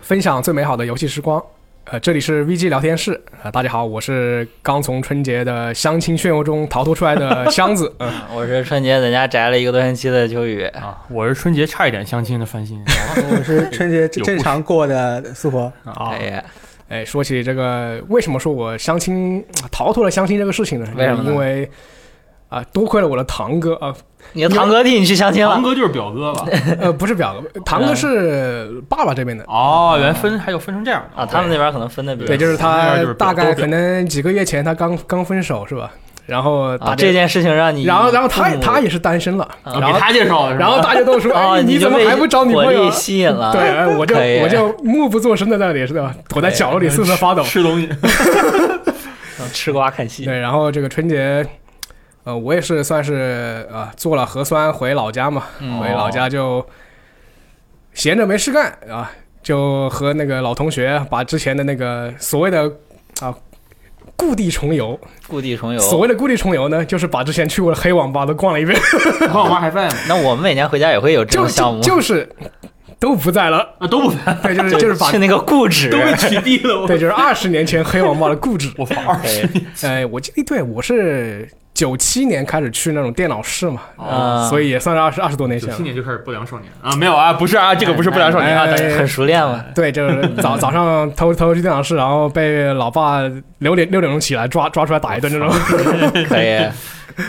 分享最美好的游戏时光。呃，这里是 VG 聊天室啊、呃大家好，我是刚从春节的相亲漩涡中逃脱出来的箱 子。嗯、我是春节在家宅了一个多星期的秋雨，啊，我是春节差一点相亲的 范鑫，我 是春节有故事正常过的 苏活，啊哎，呀，哎，说起这个，为什么说我相亲呃逃脱了相亲这个事情呢？为什么呢因为啊、多亏了我的堂哥啊，你的堂哥替你去相亲堂了，哥就是表 哥吧？呃，不是表哥，堂嗯哥是爸爸这边的。哦，原来分还有分成这样的啊，他们那边可能分的比较对，就是那他就是表大概都表可能几个月前他刚刚分手是吧？然后大啊，家这件事情让你，然后然后他父母他也是单身了，啊然给后他介绍的是吧，然后大家都 说，哦，哎，你就怎么被还不找女火朋友力啊？吸引了，对，哎我就可以我就默不作声的在那里是 吧？躲在角落里瑟瑟发抖。吃东 西，嗯吃瓜看戏，对，然后这个春节，呃，我也是算是啊做了核酸回老家嘛，嗯回老家就闲着没事干啊，就和那个老同学把之前的那个所谓的啊故地重游， 故地重游。所谓的故地重游呢，就是把之前去过的黑网吧都逛了一遍，然后我哦妈还在吗？那我们每年回家也会有这就种项就目，就是都不在了， 啊，都不在，对，就是就是把 去那个固执都，被取缔了，我。对，就是二十年前黑网吧的固执我操，二十年哎，我记得对我是九七年开始去那种电脑室嘛，啊所以也算是二十二十多年九前七了。年就开始不良少年啊，没有啊，不是啊，这个不是不良少年啊，哎大家很熟练嘛。 对，就是早早上偷偷去电脑室，然后被老爸六点六点钟起来抓抓出来打一顿这种。哎可以，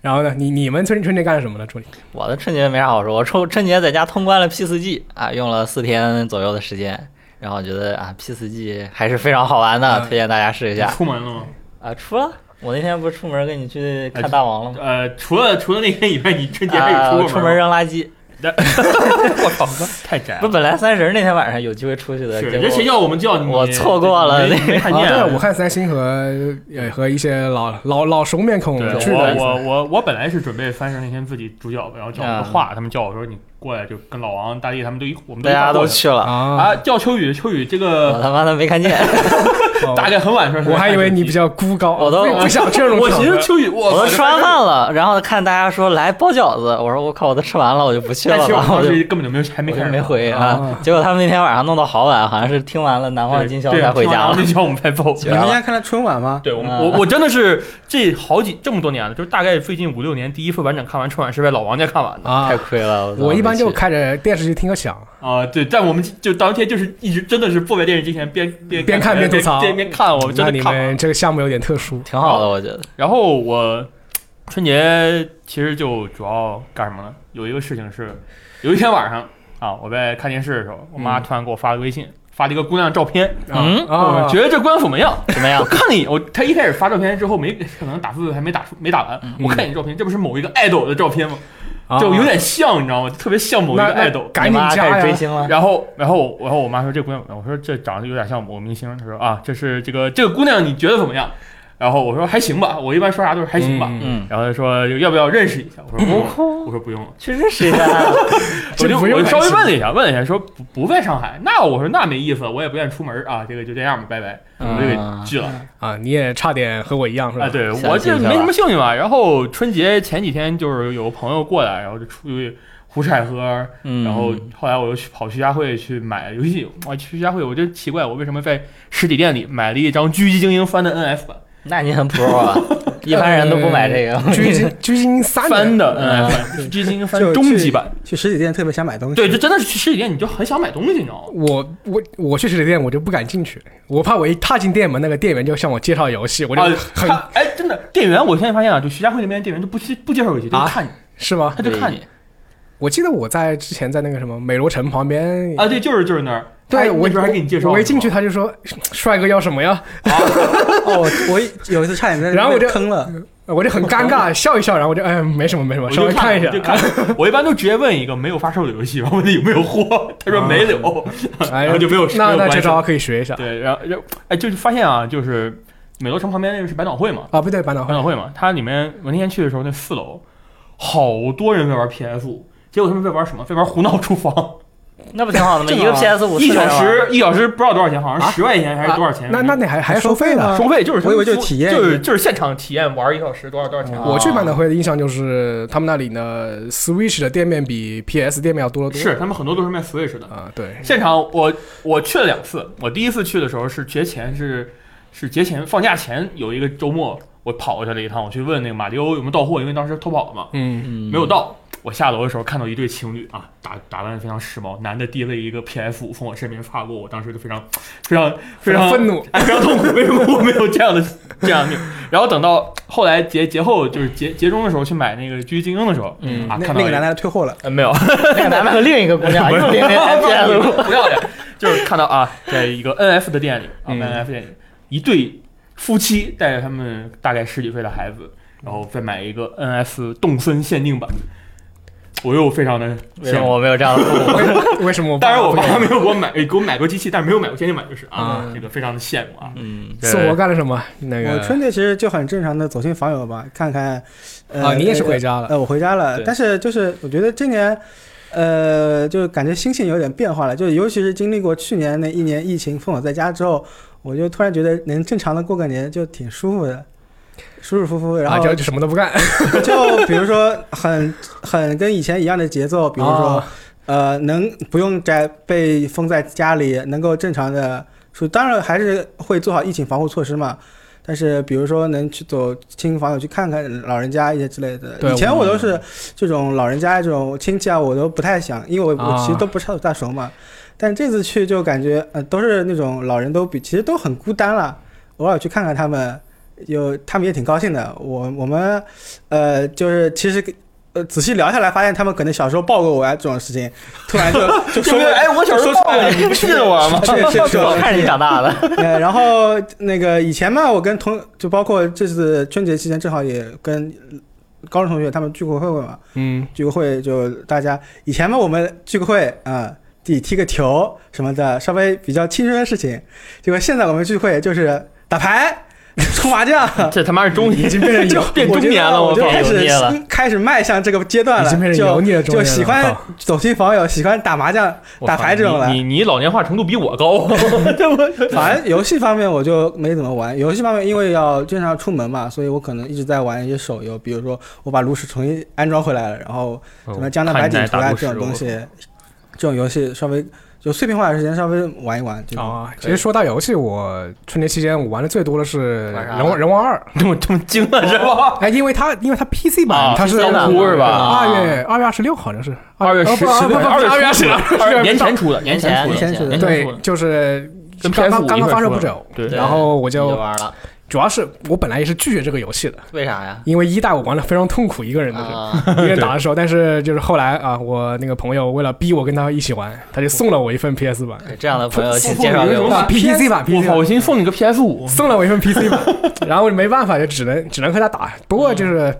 然后呢，你你们春春节干什么呢？助理？我的春节没啥好说，我春春节在家通关了 P 四 G 啊，用了四天左右的时间，然后我觉得啊 P 四 G 还是非常好玩的，嗯推荐大家试一你下出门了吗？啊。除了我那天不是出门跟你去看大王了吗？呃，除了除了那天以外，你春节还啊，有我出啊出过门门吗？扔垃圾。 我操，太宅不，了。本来三十那天晚上有机会出去的，是，结人果谁要我们叫你，我错过了没那没看见啊，啊。对，我看三星和呃和一些老老老熟面孔对去我的。我我我本来是准备翻上那天自己主角的，然后叫我啊说话，他们叫我说你过来，就跟老王、大力他们都一，我们大一块家都过去去了，嗯啊，啊，叫秋雨，秋雨这我个他妈的没看 见，嗯哦大概很晚的时候才看手机，我还以为你比较孤高，我都不不想去这种 我场寻合思秋雨，我我都吃完饭了，然后看大家说来包饺子，我说我靠，我都吃完了，我就不去但了其实我吧，当我就时根本就没有，还没我就开始没回啊啊。结果他们那天晚上弄到好晚，好像是听完了《难对忘今宵》对才回听家完啊了了。那宵我们 才走。绝你们家看了春晚吗？对我们，啊我我真的是这好几这么多年了，就是大概最近五六年第一次完整看完春晚是在老王家看完的啊太。亏了！我操我一般就没去开着电视剧听个响，啊。对，但我们就当天就是一直真的是坐在电视机前边边边看边边吐槽边边看，我们那真你的看完们这个项目有点特殊。挺好的，我觉得。然后我春节其实就主要干什么呢？有一个事情是，有一天晚上啊，我在看电视的时候，我妈突然给我发了微信，发了一个姑娘照片，嗯嗯啊哎我，觉得这姑娘怎么样？哎怎么样我？看了一眼，我她一开始发照片之后没，可能打字还没打出，没打完，我看一眼照片，这不是某一个爱豆的照片吗？嗯啊就有点像，你知道吗？特别像某一那个那爱豆。赶你紧妈开加哎始追呀！星了。然后，然后，然后我妈说这姑娘，我说这长得有点像某个明星。她说啊，这是这个这个姑娘，你觉得怎么样？然后我说还行吧，我一般说啥都是还行吧。嗯嗯，然后他说要不要认识一下？我说不用，我说不用了，去认识一下。我这就不用我就稍担微心问了一下，问了一下说不不在上海，那我说那没意思，我也不愿意出门啊，这个就这样吧，拜拜，我就给嗯拒了啊，你也差点和我一样是吧？啊。对下我次这去吧没什么兴趣嘛。然后春节前几天就是有个朋友过来，然后就出去胡吃海喝，嗯，然后后来我又去跑去家会去买游戏，我去家会我就奇怪我为什么在实体店里买了一张《狙击精英三》的 NS 版那你很 pro 啊，一般人都不买这个。狙 击狙击三翻的的 NS 版，《狙击精英三就》是终去极版。去实体店特别想买东西，对，这真的是去实体店你就很想买东西，你知道吗？我我我去实体店我就不敢进去，我怕我一踏进店门，那个店员就向我介绍游戏，我就啊，很他哎，真的，店员，我现在发现啊，就徐家汇那边店员就不接不接受游戏，就啊看你，是吗？他就看你我记得我在之前在那个什么美罗城旁边，啊，对，就是就是那儿，对他我那边还给你介绍，我一进去他就说帅哥要什么呀，哦，我我一有一次差点在然后我就被坑了，我就很尴尬笑一笑，然后我就哎没什么没什我么，稍就微看一下我 就，看，我一般都直接问一个没有发售的游戏，然后问他有没有货，他说没有，哎然后就没有没那有那关系这招可以学一下啊对，然后就哎，就是发现啊，就是美罗城旁边那个是百脑汇嘛，啊，不对，板脑百脑汇嘛，它里面我那天去的时候，那四楼好多人在玩 PS 五，结果他们在玩什么？在玩胡闹厨房。那不挺好的吗？这么一个好 PS 五一小时一小时不知道多少钱，好像啊十块钱还是多少钱？那那得还还还收收费费呢吗。收费就是我以为就是服体验就是就是现场体验玩一小时多少多啊少钱？哦我去满脑会的印象就是，他们那里呢，Switch 的店面比 PS 店面要多得多。是他们很多都是卖 Switch 的。啊，对，嗯现场我我去了两次，我第一次去的时候是节前是是节前放假前有一个周末，我跑过去了一趟，我去问那个马里欧有没有到货，因为当时偷跑了嘛，嗯，嗯没有到。我下楼的时候看到一对情侣啊，打打扮得非常时髦，男的提了一个 PS 五从我身边跨过，我当时就非常非常非常愤 怒，哎，非常痛苦，为什么我没有这样的这样的命？然后等到后来节节后，就是节节中的时候去买那个《狙击精英》的时候，嗯啊，那看到那一个男的退货了，呃没有，那个男的和另一个姑娘又连连 PS 五，哎不要脸，就是看到啊，在一个 NF 的店里啊、嗯 n f 店里一对夫妻带着他们大概十几岁的孩子，然后再买一个 NF 动森限定版，我又非常的为什羡么慕。我没有这样的父母？为什么我爸当然，我不爸没有给我买，给我买过机器，但是没有买过限定版，就是啊啊，这个非常的羡慕啊。嗯，宋活干了什么？那我个春节其实就很正常的走亲访友吧，看看。呃啊，你也是那个回家了，呃，我回家了对，但是就是我觉得今年，呃，就是感觉心情有点变化了，就是尤其是经历过去年那一年疫情封锁在家之后，我就突然觉得能正常的过个年就挺舒服的，舒舒服服。呃然啊，后就就什么都不干， 就比如说很很跟以前一样的节奏，比如说啊呃，能不用再被封在家里，能够正常的出，当然还是会做好疫情防护措施嘛。但是，比如说能去走亲访友去看看老人家一些之类的。对以前我我都是这种老人家这种亲戚啊，我都不太想，因为我我啊其实都不是大熟嘛。但这次去就感觉，呃，都是那种老人都比其实都很孤单了，偶尔去看看他们，有他们也挺高兴的。我我们，呃，就是其实呃仔细聊下来，发现他们可能小时候抱过我啊这种事情，突然就就对说对，哎，我小时候说出抱过来了你，你不信我吗？是是是我看着你长大 的，呃，然后那个以前嘛，我跟同就包括这次春节期间，正好也跟高中同学他们聚过会嘛，嗯，聚个会就大家以前嘛，我们聚个会啊、自己踢个球什么的，稍微比较青春的事情。结果现在我们聚会就是打牌、搓麻将，这他妈是中 年，已经变成就油变我中觉得年了我我就靠开油始腻了 开始迈向这个阶段已经变了，成油就腻的中就年了，喜欢靠走亲访友，喜欢打麻将、打牌这种了你。你 你老年化程度比我高，啊 反正游戏方面我就没怎么玩，游戏方面因为要经常出门嘛，所以我可能一直在玩一些手游，比如说我把炉石重新安装回来了，然后哦什么江南百景图啊这种东西，这种游戏稍微就碎片化的时间稍微玩一玩。这种啊，其实说到游戏，我春节期间我玩的最多的是玩啥人王人王二，这么这 么精啊，是吧？哎，因为它因为它 PC 版啊它是啊 PC 版啊的是吧二月二月二十六好像是二月哦十不十不对，不不月二月十十二年前出的，年前前出的，年前出的年前出对的，，就是跟刚 PS 刚五刚刚发售不久，对然后我你就就玩了，主要是我本来也是拒绝这个游戏的，为啥呀？因为一代我玩的非常痛苦，一个人的时候。啊，一个人打的时候，但是就是后来啊，我那个朋友为了逼我跟他一起玩，他就送了我一份 PS 版，这样的朋友父请父介绍母给有什我。么啊 PC 版我，PC 靠！版我先送你个 PS 五，送了我一份 PC 版，然后没办法就只能只能和他打，不过就是。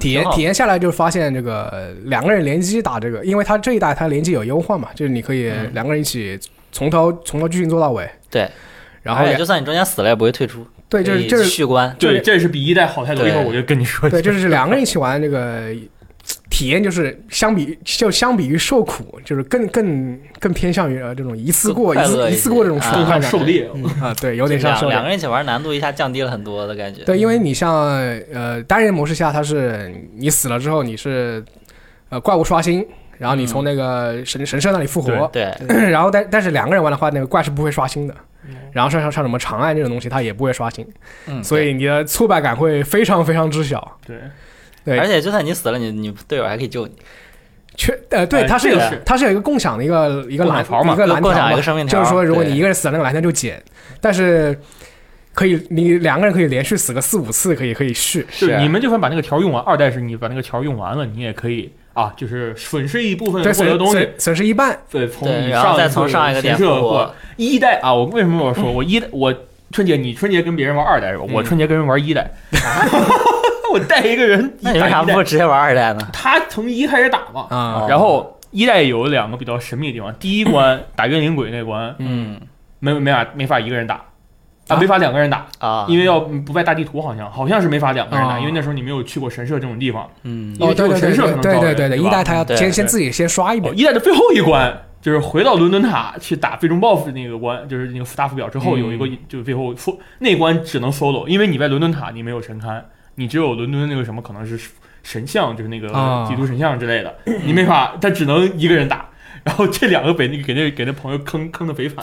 体验挺好体验下来就发现，这个呃两个人联机打这个，因为它这一代它联机有优化嘛，就是你可以嗯两个人一起从头从头剧情做到尾。对，然后而且两哎就算你中间死了也不会退出，对就是就可以是续关。对，这是比一代好太多。对一会儿我就跟你 说一下，对就是两个人一起玩这个体验，就是相比就相比于受苦，就是更更更偏向于呃这种一次过一更快乐次一一次过这种些爽啊 都快看感狩猎，嗯啊，对，有点像两嗯狩猎两个人一起玩，难度一下降低了很多的感觉。对，因为你像呃单人模式下，它是你死了之后你是呃怪物刷新，然后你从那个神、神社那里复活，嗯 对，然后但但是两个人玩的话，那个怪是不会刷新的。然后像像像什么长按这种东西，它也不会刷新，嗯，所以你的挫败感会非常非常之小。对，对而且就算你死了，你你队友还可以救你，确呃，对，呃它是这有个是它是有一个共享的一个一个共蓝享条嘛一个蓝共条享一嘛个，生命条。就是说如果对你一个人死了，那个蓝条就减，但是可以你两个人可以连续死个四五次，可以可以续。就是啊是你们就算把那个条用完，二代是你把那个条用完了，你也可以啊，就是损失一部分对，获得损东西，损损失一半，对，从对，你然后再次从上一个点神社复或活，一代啊，我为什么我说我一代我春节你春节跟别人玩二代是吧？嗯我春节跟人玩一代， 我带一个人，那你为啥打一代不直接玩二代呢？他从一开始打嘛？啊然后一代有两个比较神秘的地方，第一关打怨灵鬼那关嗯没没法没法一个人打。啊啊，没法两个人打，啊，因为要不外大地图，好像好像是没法两个人打，啊因为那时候你没有去过神社这种地方。嗯因为哦，只有对对神对社对才能对造对人对对一吧代他要对先对先自己先刷一哦遍，一代的最后一关就是回到伦敦塔去打最终 BOSS 那个关，就是那个大副表之后，嗯有一个就是最后说那关只能 solo，因为你在伦敦塔你没有神龛，你只有伦敦那个什么可能是神像，就是那个啊基督神像之类的，你没法，他只能一个人打。然后这两个被那个给那给那朋友坑坑的贼 惨。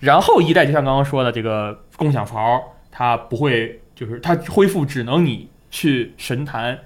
然后一代就像刚刚说的，这个共享槽它不会，就是它恢复只能你去神坛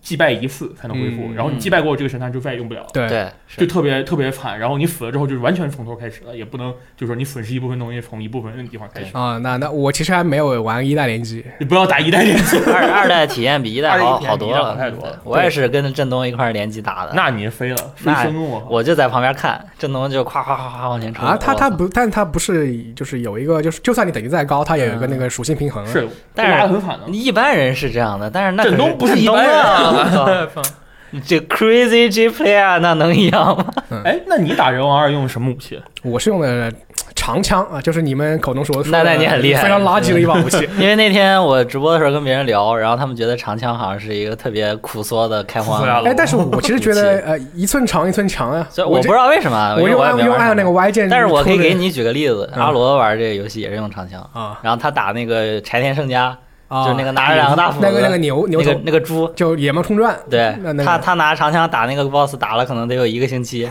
祭拜一次才能恢复，嗯然后你祭拜过这个神坛就再也用不了。对，对，就是特别特别惨。然后你死了之后，就是完全从头开始了，也不能就是说你损失一部分东西，从一部分地方开始。啊、那那我其实还没有玩一代联机，你不要打一代联机，二二代体验比一代二代好体验好比多一代好了，太多了对我也是跟振东一块儿联机打的， 那你飞了，飞那升我。我就在旁边看，振东就咵咵咵咵往前冲。啊，它我它，不，但它不是就是有一个，就是就算你等级再高，它也有一个那个属性平衡。嗯是，但是拉的很惨的。一般人是这样的，但是那振东可不是一一般般人啊！ 我操你这 Crazy G Player 啊那能一样吗？哎，那你打人王二用什么武 器？我是用的长枪啊，就是你们口中所说的那那你很厉害非常垃圾的一把武器。因为那天我直播的时候跟别人聊，然后他们觉得长枪好像是一个特别苦缩的开苦缩呀 荒，哎，但是我其实觉得，呃，一寸长一寸强啊。所以我不这知道为什么，啊因我为用我也按没用玩按那个 Y 键，但是我可以给你举个例子，嗯阿罗玩这个游戏也是用长枪，啊然后他打那个柴田胜家，啊， 就是那个拿着两个大斧子，那个那个牛牛那个头，那个猪，就野蛮冲转，对那那他个他拿长枪打那个 boss 打了可能得有一个星期，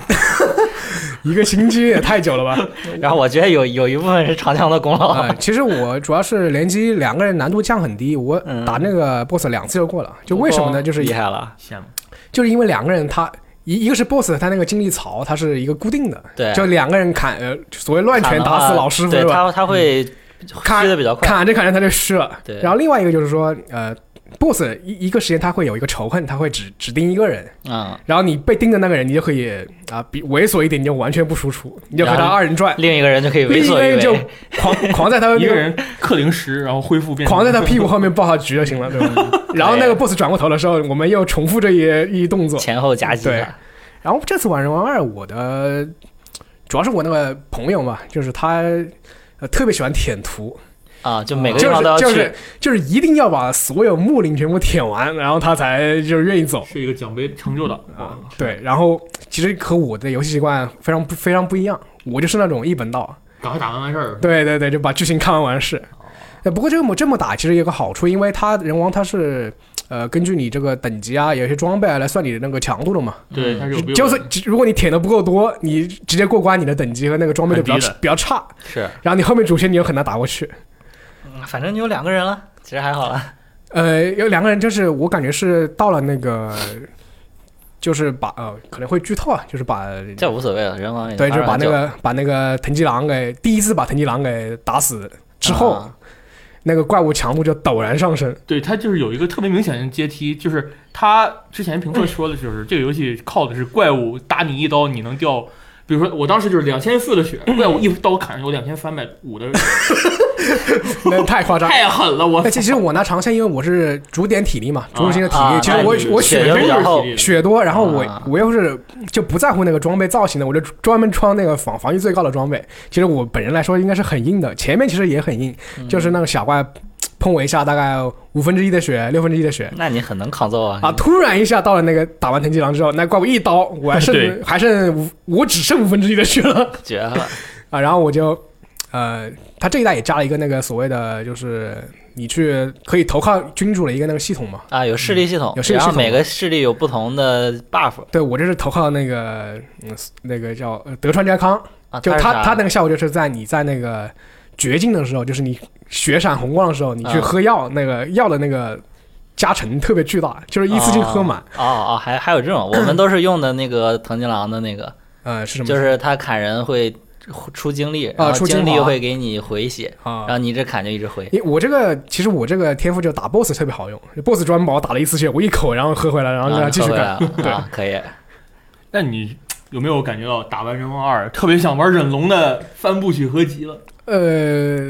一个星期也太久了吧？ 然后我觉得有有一部分是长枪的功劳，啊，其实我主要是联机两个人难度降很低，我嗯打那个 boss 两次就过了。就为什么呢？嗯就是厉害了，羡慕。就是因为两个人他。一一个是 boss，他那个精力槽它是一个固定的，对就两个人砍，呃，所谓乱拳打死老师傅对是吧？嗯他他会看虚的比较快，砍着砍着他就虚了。对然后另外一个就是说，呃，boss 一一个时间他会有一个仇恨，他会只只盯一个人，嗯，然后你被盯的那个人，你就可以啊，比猥琐一点，你就完全不输出，你就和他然后二人转，另一个人就可以另为一所个欲人就为，狂狂 在他的那一个个人克零食，然后恢复变成狂在他屁股后面抱他局就行了，对吧？ 然后那个 boss 转过头的时候，我们又重复这一一动作。前后夹击对的，然后这次玩人王二，我的主要是我那个朋友嘛，就是他。呃，特别喜欢舔图，啊，就每嗯个就地方是都要就是去，就是一定要把所有木林全部舔完，然后他才就是愿意走。是一个奖杯成就的啊，对，然后其实和我的游戏习惯非常不非常不一样，我就是那种一本道，赶快打完完事儿。对对对，就把剧情看完完事。呃不过这个么这么打其实有个好处，因为它人王它是呃根据你这个等级啊，有一些装备啊来算你的那个强度的嘛。对，它是有就是只如果你舔的不够多，你直接过关，你的等级和那个装备就比较很低的比较差，是，然后你后面主线你又很难打过去。嗯反正你有两个人了，其实还好了，呃，有两个人，就是我感觉是到了那个，就是把呃可能会剧透啊，就是把这无所谓了，人王也啊对，就是把那229个把那个藤吉郎给第一次把藤吉郎给打死之后，啊那个怪物强度就陡然上升。对，它就是有一个特别明显的阶梯，就是它之前评测说的就是这个游戏靠的是怪物打你一刀，你能掉。比如说，我当时就是两千四的血，怪物一刀砍上有两千三百五的，那太夸张。太狠了！我那其实我拿长线，因为我是主点体力嘛，主体型的体力，啊其实我那你我血血流多比较厚血多，然后我、啊我又是就不在乎那个装备造型的，我就专门穿那个防防御最高的装备。其实我本人来说应该是很硬的，前面其实也很硬，嗯就是那个小怪碰我一下，大概五分之一的血，六分之一的血。那你很能抗揍啊！啊！突然一下到了那个打完藤吉郎之后，那怪物一刀，我还对剩还剩五，我只剩五分之一的血了。 你绝了！啊，然后我就，呃，他这一代也加了一个那个所谓的，就是你去可以投靠君主的一个那个系统嘛。啊，有势力系统，嗯有势力系统然后每个势力有不同的 buff 对我这是投靠那个，嗯，那个叫呃德川家康，啊，就他他他那个效果就是在你在那个绝境的时候，就是你血闪红光的时候，你去嗯喝药，那个药的那个加成特别巨大，就是一次性喝满。哦哦，还还有这 种，我们都是用的那个藤吉郎的那个，呃，是什么？啊啊就是他砍人会出精力，然后出精精力华会给你回血，啊然。后你一直砍就一直回。因为我这个其实我这个天赋就打 BOSS 特别好用，BOSS 专门把我打了一次血，我一口然后喝回来，然后让啊他你继收续回干。来了啊，可以。那你有没有感觉到打完《人王二》特别想玩忍龙的三部曲合集了？呃，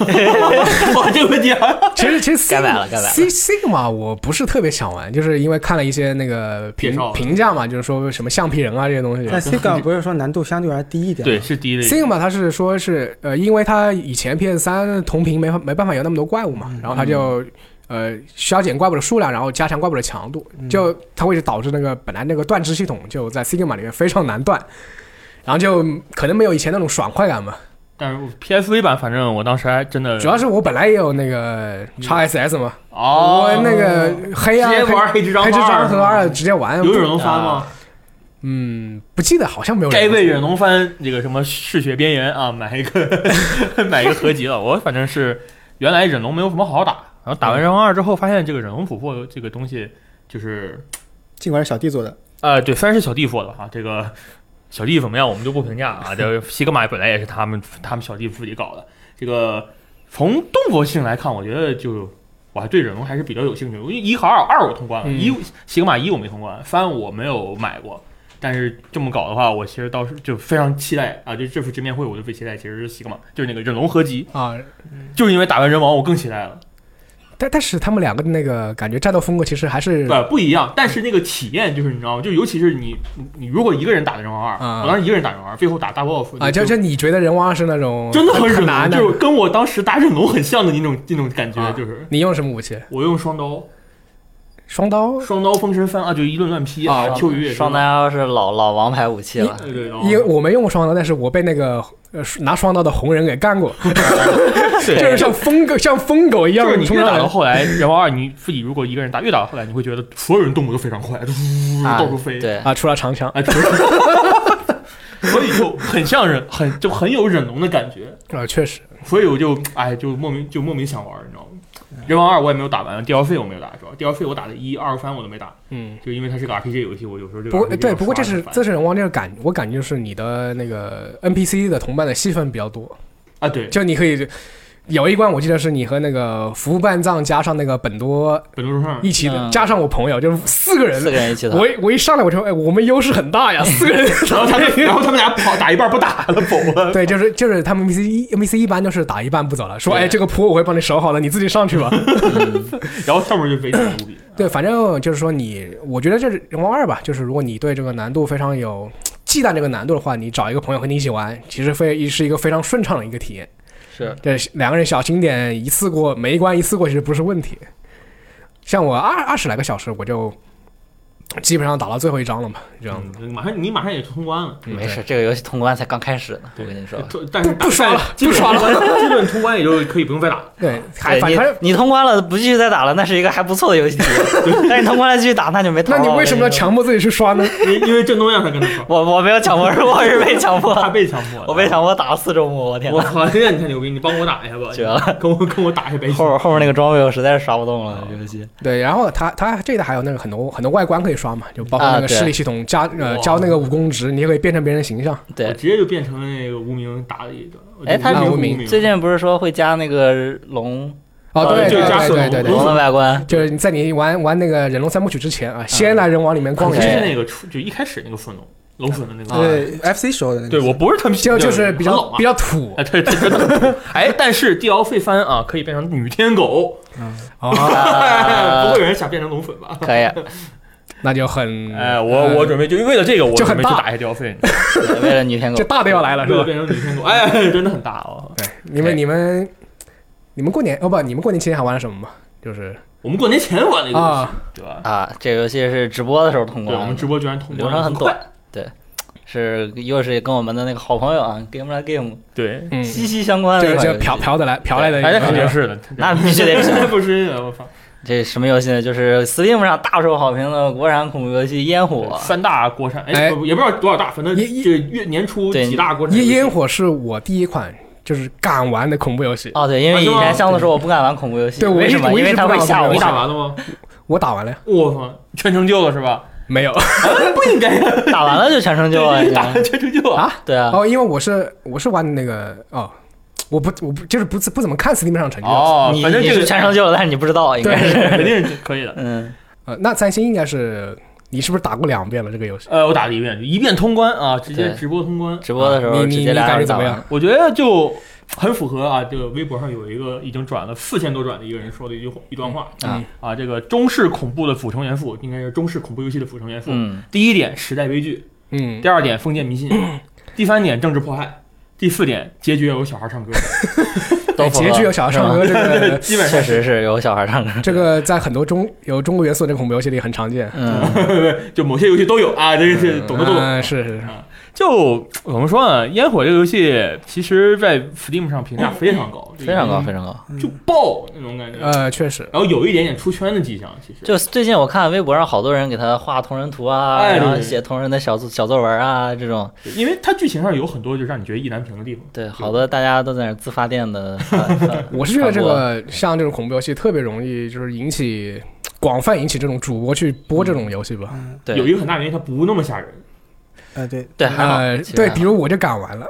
哇，这个问啊题还其实 其实该买了该买了 C Sigma 我不是特别想玩，就是因为看了一些那个评介绍评价嘛，就是说什么橡皮人啊这些东西。但 C 杠不是说难度相对而低一点吗？对是第一类。 Sigma 它是说是呃，因为它以前 PS 三同屏没法没办法有那么多怪物嗯嘛，然后它就。呃，削减怪物的数量，然后加强怪物的嗯强度，就它会导致那个本来那个断肢系统就在 Sigma 里面非常难断，然后就可能没有以前那种爽快感嘛。但是 PSV 版，反正我当时还真的主要是我本来也有那个 x SS 嘛，嗯哦，我那个黑啊直接玩黑之章黑之章和二嗯二直接玩，有忍龙翻吗啊？嗯，不记得好像没有人玩。该为忍龙翻这个什么嗜血边缘啊，买一个 买一个合集了。我反正是原来忍龙没有什么好打，然后打完嗯忍龙二之后，发现这个忍龙琥珀这个东西就是尽管是小弟做的，呃，对，虽然是小弟做的哈，这个小弟怎么样我们就不评价啊。这个西格玛本来也是他们他们小弟自己搞的，这个从动作性来看，我觉得就。我还对忍龙还是比较有兴趣，因为一和二二我通关了，嗯一西格玛一我没通关，三我没有买过，但是这么搞的话，我其实倒是就非常期待啊！就这次直面会，我就最期待其实是西格玛，就是那个忍龙合集，啊，就是因为打完人王，我更期待了。但但是他们两个的那个感觉战斗风格其实还是不不一样，但是那个体验就是你知道吗？就尤其是你你你如果一个人打的人王二、啊我当时一个人打人王二，最后打大 boss 啊，就就你觉得人王二是那种真的很忍很难龙，的，就是跟我当时打忍龙很像的那种那种感觉，啊就是你用什么武器？我用双刀，双刀，双刀风神翻啊，就一顿乱劈啊秋雨也是双，刀是老老王牌武器了，对对，因为我没用过双刀，但是我被那个呃拿双刀的红人给干 过，就就是像疯 狗像疯狗一样就是你冲越上打到来。后来，人王二你自己如果一个人打，越打到后来，你会觉得所有人动作都非常快，就呜啊到处飞，对，啊，除了长枪，啊，除了所以就很像忍，很就很有忍龙的感觉，啊，确实，所以我就哎就莫名就莫名想玩儿，你知道吗？人王二我也没有打完，DLC 我没有打，主要 DLC 我打的一二三我都没打，嗯，就因为它是个 RPG 游戏，我有时候这个不过 RPG 对，要不过这刷着是烦这是人王这个感，我感觉就是你的那个 NPC 的同伴的戏份比较多，啊对，就你可以有一关我记得是你和那个服部半藏加上那个本多本多上一起的，嗯加上我朋友，就是四个人四个。人一起打我一我一上来我就说，哎，我们优势很大呀，四个人。然后 他们然后他们俩跑打一半不打了，走了。对，就是就是他们 NPC 一 NPC 一般就是打一半不走了，说对哎这个坡我会帮你守好了，你自己上去吧。然后上面就非常无比。对，反正就是说你，我觉得这是人王二吧，就是如果你对这个难度非常有忌惮这个难度的话，你找一个朋友和你一起玩，其实非是一个非常顺畅的一个体验。是对，两个人小心点，一次过每一关一次过其实不是问题。像我二二十来个小时，我就基本上打到最后一章了嘛，这样子。嗯，马上你马上也通关了，嗯没事，这个游戏通关才刚开始呢，我跟你说。通但是不不刷了基不本刷通关，基本通关也就可以不用再打了。对，还对反你正你通关了，不继续再打了，那是一个还不错的 游戏体验。但是你通关了继续打，那就没通那了。你为什么要强迫自己去刷呢？因为因为郑东亮他跟他说， 我跟你说？我我没有强迫，我是被强迫， 他被强迫的，我被强迫打了四周目，我天我呐，靠，真的你太牛逼，你帮我打一下吧，绝了！跟我跟我打一下白后金。边后面那个装备我实在是刷不动啊了，这游戏。对，然后它它这个还有那个很多很多外观可以刷嘛，就包括那啊个对视力系统加呃哇教那个武功值，你也可以变成别人的形象。我对，直接就变成了那个无名打了一顿。哎他无无名名最近不是说会加那个龙哦，啊对就对是加速对对龙对龙的外观？就是你在你玩玩那个忍龙三部曲之前啊，先来人往里面逛就一是圈，那个出就一开始那个粉龙龙粉的那个，对 FC 时候的那个。啊对我不是特别就就是比很较冷啊比较土哎，对，对真的。哎，但是 DLC 翻啊，可以变成女天狗， 啊， 不啊会有人想变成龙粉吧？ 可以，那就很哎，我我准备就为了这个，我就准很备去大打一下 DLC，为了女天狗这，大的要来了是为了吧？变成女天狗，哎， 真的很大哦。对，你们你们你们过年哦不，你们过年期间还玩了什么吗？就是我们过年前玩了一个游戏啊，，对吧？啊，这个游戏是直播的时候通对，关我们的直，播居然通流关程了，很快。短，对，是又是跟我们的那个好朋友啊，Game La Game 对，嗯，息息相关的就一款游就戏嫖嫖的来嫖来的一哎，那肯定个，是的，那必须得是 那不是的，我操！这什么游戏呢？就是 Steam 上大受好评的国产恐怖游戏《烟火三大国产，哎哎，不也不知道多少大，反正一一这个月年初对几大国产游烟戏烟火是我第一款就是敢玩的恐怖游戏》，哦，对，因为以啊是吗前箱子说我不敢玩恐怖游戏，对我一为什么？我一因直为它会吓我不你敢。打完了吗？我打完了呀，我操，全成就了是吧？没有不应该呀，打完了就全成就了，打 完全成就啊对哎啊，哦，因为我是我是玩那个哦，我不我不就是不不怎么看 Steam 上成绩的，哦，你反正你这是个全成就了，但是你不知道，应该是肯定是可以的。嗯，呃，那三星应该是你是不是打过两遍了这个游戏？呃，我打了一遍，一遍通关啊，直接对直播通关。直播的时候你直你接你俩感人觉怎打么完样了。？我觉得就很符合啊，这个微博上有一个已经转了四千多转的一个人说的一句话一段话嗯啊啊，这个中式恐怖的组成元素应该是中式恐怖游戏的组成元素。嗯，第一点时代悲剧，嗯第，二点封建迷信，第三点政治迫害，第四点结局要有小孩 唱歌。都符合哎结局有小孩唱 歌这个基本上确实是有小孩唱歌。 这个在很多中有中国元素的恐怖游戏里很常见。 嗯，就某些游戏都有啊，这个是懂得都懂。嗯，是是是，啊，就怎么说呢？烟火这个游戏，其实在 Steam 上评价 非常高，嗯非常高，非常高。嗯就爆那种感觉。呃，确实，然后有一点点出圈的迹象，其实就最近我看微博上好多人给他画同人图啊，哎然后对对写同人的小作小作文啊，这种因为它剧情上有很多就让你觉得意难平的地方。对，好多大家都在那儿自发电 的发。发我是觉得这传播个像这种恐怖游戏特别容易就是引起广泛引起这种主播去播这种游戏吧。嗯，对有一个很大原因，它不那么吓人。呃，对，对还好呃，其实对，还比好如我就敢玩了，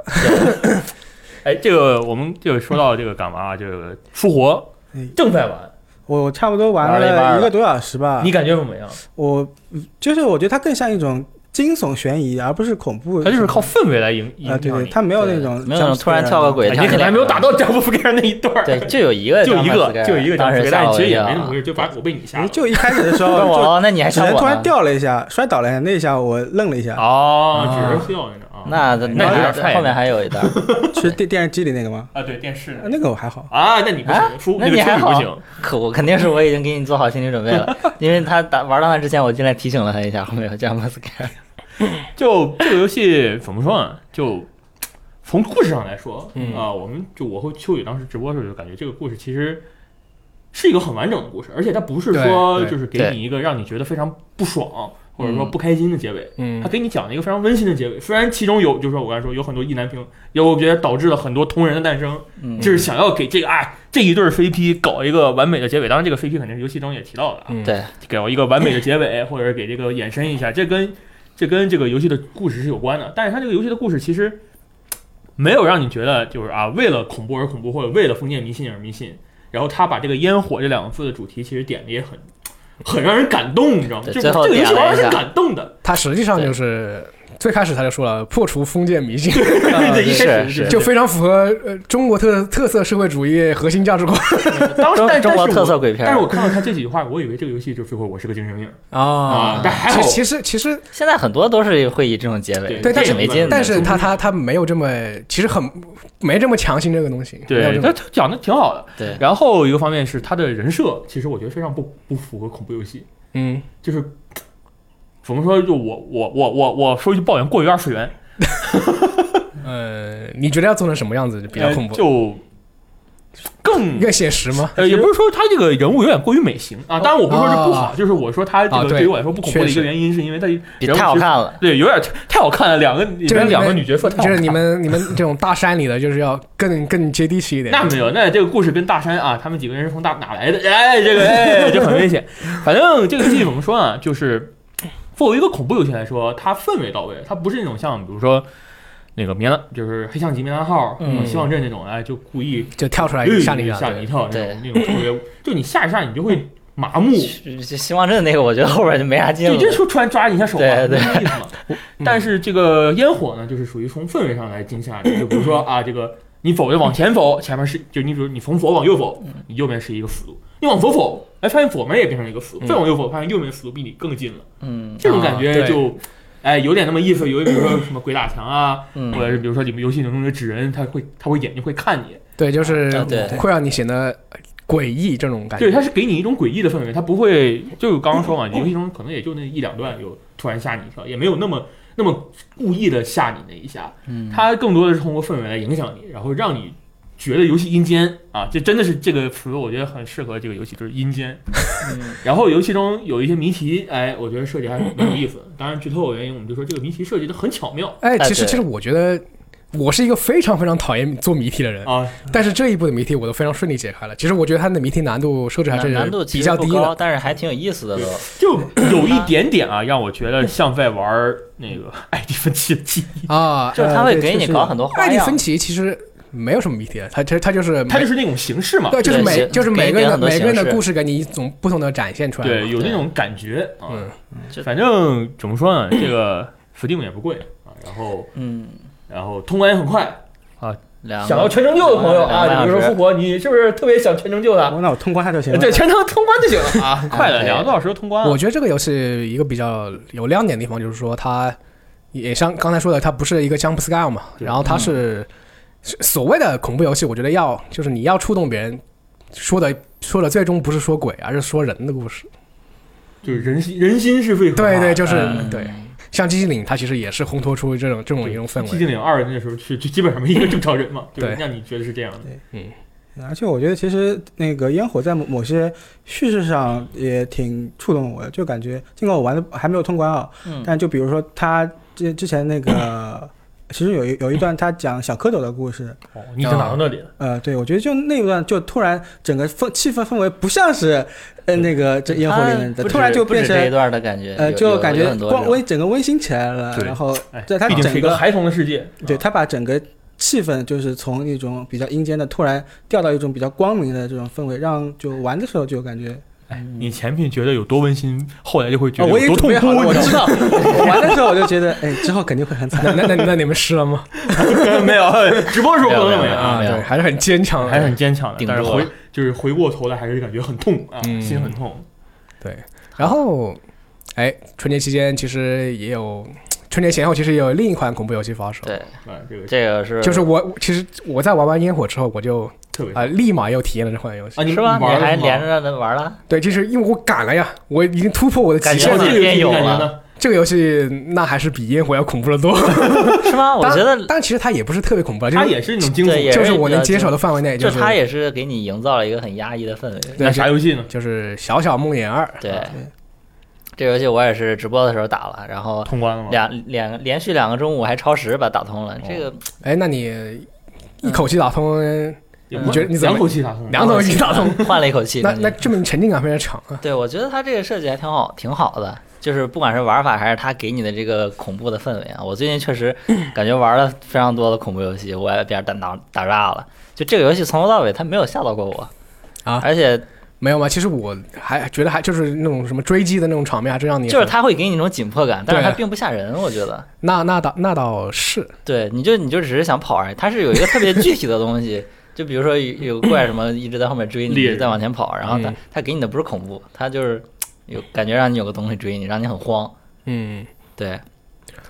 哎，这个我们就说到这个干嘛啊？这个复活哎正在玩，我差不多玩玩了一半了了一个多小时吧。你感觉怎么样？啊我嗯就是我觉得它更像一种惊悚悬疑，而不是恐怖。它就是靠氛围来影影啊，响对对，你。它没有那种没有那种 jump scare 突然跳个鬼，哎跳你可起能来还没有打到 jump scare 那一段儿，对，就有一个就一 Jump 个 Scare，就一个 jump 当时 scare，吓但我其实一也跳没那么啊回。事，就把我被你吓然后了。就一开始的 时候问我就哦，那你还只吓能我突然呢掉了一下，摔倒了一下，那一下我愣了 一下，啊，哦只是笑那种啊。那那有点还菜后面还有一段，是电电视机里那个吗？啊，对电视啊那个我还好，啊，那你不啊行，出那个你处还女不好行。可我肯定是我已经给你做好心理准备了，因为他打玩到那之前，我进来提醒了他一下，后面有 jump scare。就这个游戏怎么说呢？就从故事上来说，嗯啊，我们就我和秋雨当时直播的时候就感觉这个故事其实是一个很完整的故事，而且它不是说对对就是给你一个让你觉得非常不爽或者说嗯不开心的结尾。嗯它，给你讲了一个非常温馨的结尾，虽然其中有，就是说我刚才说有很多意难平，有我觉得导致了很多同人的诞生，嗯，就是想要给这个哎这一对儿 CP 搞一个完美的结尾。当然，这个 CP 肯定是游戏中也提到的啊，嗯对，给我一个完美的结尾，或者给这个延伸一下，这跟这跟这个游戏的故事是有关的。但是它这个游戏的故事其实没有让你觉得就是啊，为了恐怖而恐怖，或者为了封建迷信而迷信。然后他把这个烟火这两个字的主题其实点的也很很让人感动，你知道吗？对就最是这后个游戏点了玩儿是一下感动的，他实际上就是最开始他就说了，破除封建迷信， 对，一开始啊是是就非常符合呃中国特特色社会主义核心价值观 当时中但中国但是特我色鬼片但是我儿。看到他这几句话，我以为这个游戏就是说我是个精神病啊啊，但还好嗯其实其实其实，现在很多都是会以这种结尾，对对这但是挺没劲的。但是他他他没有这么，其实很没这么强行这个东西，没有对这，么他他讲的挺好的。对，然后一个方面是他的人设，其实我觉得非常不不符合恐怖游戏，嗯，就是怎么说，就我我我我我说一句抱怨，过于二次元呃，你觉得要做成什么样子比较呃恐怖？就更更写实吗？呃，也不是说他这个人物有点过于美型啊，当然我不是说这不好，哦就是我说他这啊个对对于我来说不恐怖的一确个实原因，是因为他比人物太好其实看了。对有点太太好看了，两个里就是面你两个们女角色太好就是看了你们你们这种大山里的，就是要更更接地气一点。那没有，那这个故事跟大山啊，他们几个人是从大哪来的？哎，这个哎，这很危险。反正这个游戏怎么说呢？就是作为一个恐怖游戏来说，它氛围到位，它不是那种像比如说那个棉兰，就是黑象棋棉兰号、嗯嗯、希望镇那种，哎，就故意就跳出来绿吓你一吓下。嗯你对一跳那种那种特别，就你吓一吓你就会麻木。这这希望镇那个，我觉得后边就没啥劲就了。就说突然抓你一下手嘛，对对没意思嘛。但是这个烟火呢，就是属于从氛围上来惊吓你。就比如说啊，这个你走就往前走，前面是就你比如你从左往右走，你右边是一个死路；你往左走，哎，发现左面也变成一个死路；嗯再往右走，发现右面死路比你更近了。嗯这种感啊觉对就，哎，有点那么意思。有比如说什么鬼打墙啊，或嗯，者是比如说你们游戏中的纸人，他会他会眼睛会看你，对，就是啊对会让你显得诡异这种感觉。对，它是给你一种诡异的氛围，它不会就是刚刚说嘛，游戏中可能也就那一两段有突然吓你一跳，也没有那么那么故意的吓你那一下，嗯它更多的是通过氛围来影响你，然后让你觉得游戏阴间啊，这真的是这个词，我觉得很适合这个游戏，就是阴间。嗯然后游戏中有一些谜题，哎，我觉得设计还蛮有意思的。当然，剧透的原因，我们就说这个谜题设计的很巧妙哎，哎其实对其实我觉得我是一个非常非常讨厌做谜题的哦人，啊，但是这一步的谜题我都非常顺利解开了。其实我觉得它的谜题难度设置还是难度比其实较不低高，的。但是还挺有意思的都。就有一点点啊，让我觉得像在玩儿那个 艾迪芬奇的记忆，啊，就是他会给你搞很多艾花利样芬，奇其实没有什么谜题的，他他他就是它每就是那种形式嘛。对，就是对每形就是给每你个点人的很多每个人形的式故事给你一种不同的展现出来嘛。对，有那对种感觉啊。嗯就反正怎么说呢，这个 Steam 也不贵啊，然后嗯，然后通关也很快。啊两想要个全成就的朋友啊，两你个比如小说时复活，你是不是特别想全成啊就的？我那我通关它就行了。对，全程通关就行了啊，很 快的，哎两个多小时就通关我了。觉得这个游戏一个比较有亮点的地方就是说，它也像刚才说的，它不是一个 jump scare 嘛，对然后它是是所谓的恐怖游戏，我觉得要就是你要触动别人，说的说的最终不是说鬼，而是说人的故事。就是人心，人心是最可怕对的对，就是嗯对。像寂静岭，它其实也是烘托出这种这种一种氛寂围。静岭二那时候是就基本上没一个正常人嘛，就对是让你觉得是这样的。而且我觉得其实那个烟火在某某些叙事上也挺触动我的，就感觉尽管我玩的还没有通关啊，嗯但就比如说他之之前那 个，其实有一有一段他讲小蝌蚪的故事，哦，你已经打到那里了，呃，对我觉得就那一段就突然整个氛气氛氛围不像是呃那个这烟火里面的，它突然就不止变不止这一成段的感觉，呃有就有感有觉很多光这种温整个温馨起来了，对然后哎，对哦它毕竟是一整个个孩童的世界，对啊他把整个气氛就是从一种比较阴间的，突然调到一种比较光明的这种氛围，让就玩的时候就感觉，哎，嗯你前面觉得有多温馨，后来就会觉哦得我也有多准痛备苦，好了，我你知知道道，我玩的时候我就觉得，哎，之后肯定会很惨。 那那那那你们试了吗？吗没有？直播的时候朋友没有没有 啊，啊，对，还是很坚强的，还是很坚强的，嗯顶住但是了回就是回过头来还是感觉很痛啊，嗯心很痛。对，然后，哎，春节期间其实也有，春节前后其实也有另一款恐怖游戏发售，对啊，这 个这个是就是我其实我在玩完烟火之后，我就特别啊、立马又体验了这款游戏。啊，你哎是吧？你玩了还吗连着的玩了？对，就是因为我赶了呀，我已经突破我的极感觉限了。这个自己变有啊感觉了呢？这个游戏那还是比烟火要恐怖的 多。是吗？我当觉得但其实它也不是特别恐怖，就它是也是那种惊对也悚，就是是我比较能接受的范围内，就是它也是给你营造了一个很压抑的氛围。对那啥游戏呢？就是小小梦魇二。对，这游戏我也是直播的时候打了，然后通啊关了吗？两两连续两个中午还超时把它打通了。这个哎，那你一口气打通，也你不觉得你怎么两口气打通了？两口气打通，换了一口气，那感觉那证明沉浸感非常强啊。对，我觉得它这个设计还挺好，挺好的。就是不管是玩法还是它给你的这个恐怖的氛围啊，我最近确 实感觉玩了非常多的恐怖游戏，我也被人打打打炸了。就这个游戏从头到尾它没有吓到过我啊而且没有吗？其实我还觉得还就是那种什么追击的那种场面，还是让你就是它会给你一种紧迫感，但是对啊它并不吓人，我觉得。那那倒那倒是，对，你就你就只是想跑而已，它是有一个特别具体的东西。就比如说有有怪什么一直在后面追你，猎一人直在往前跑，然后它嗯它给你的不是恐怖，它就是有感觉让你有个东西追你，让你很慌。嗯，对，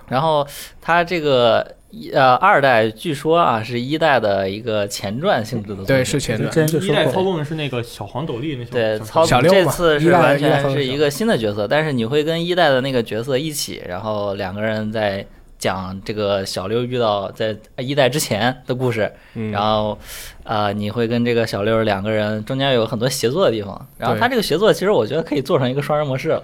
然后它这个一呃二代据说啊是一代的一个前传性质的作品，对，是前之段，前就一说代过操，纵的是那个小黄斗笠，那小对小操小六这嘛次一是代完一代全操纵是小一个新的角色，但是你会跟一代的那个角色一起，然后两个人在讲这个小六遇到在一代之前的故事，嗯然后呃你会跟这个小六两个人中间有很多协作的地方，然后对他这个协作其实我觉得可以做成一个双人模式了，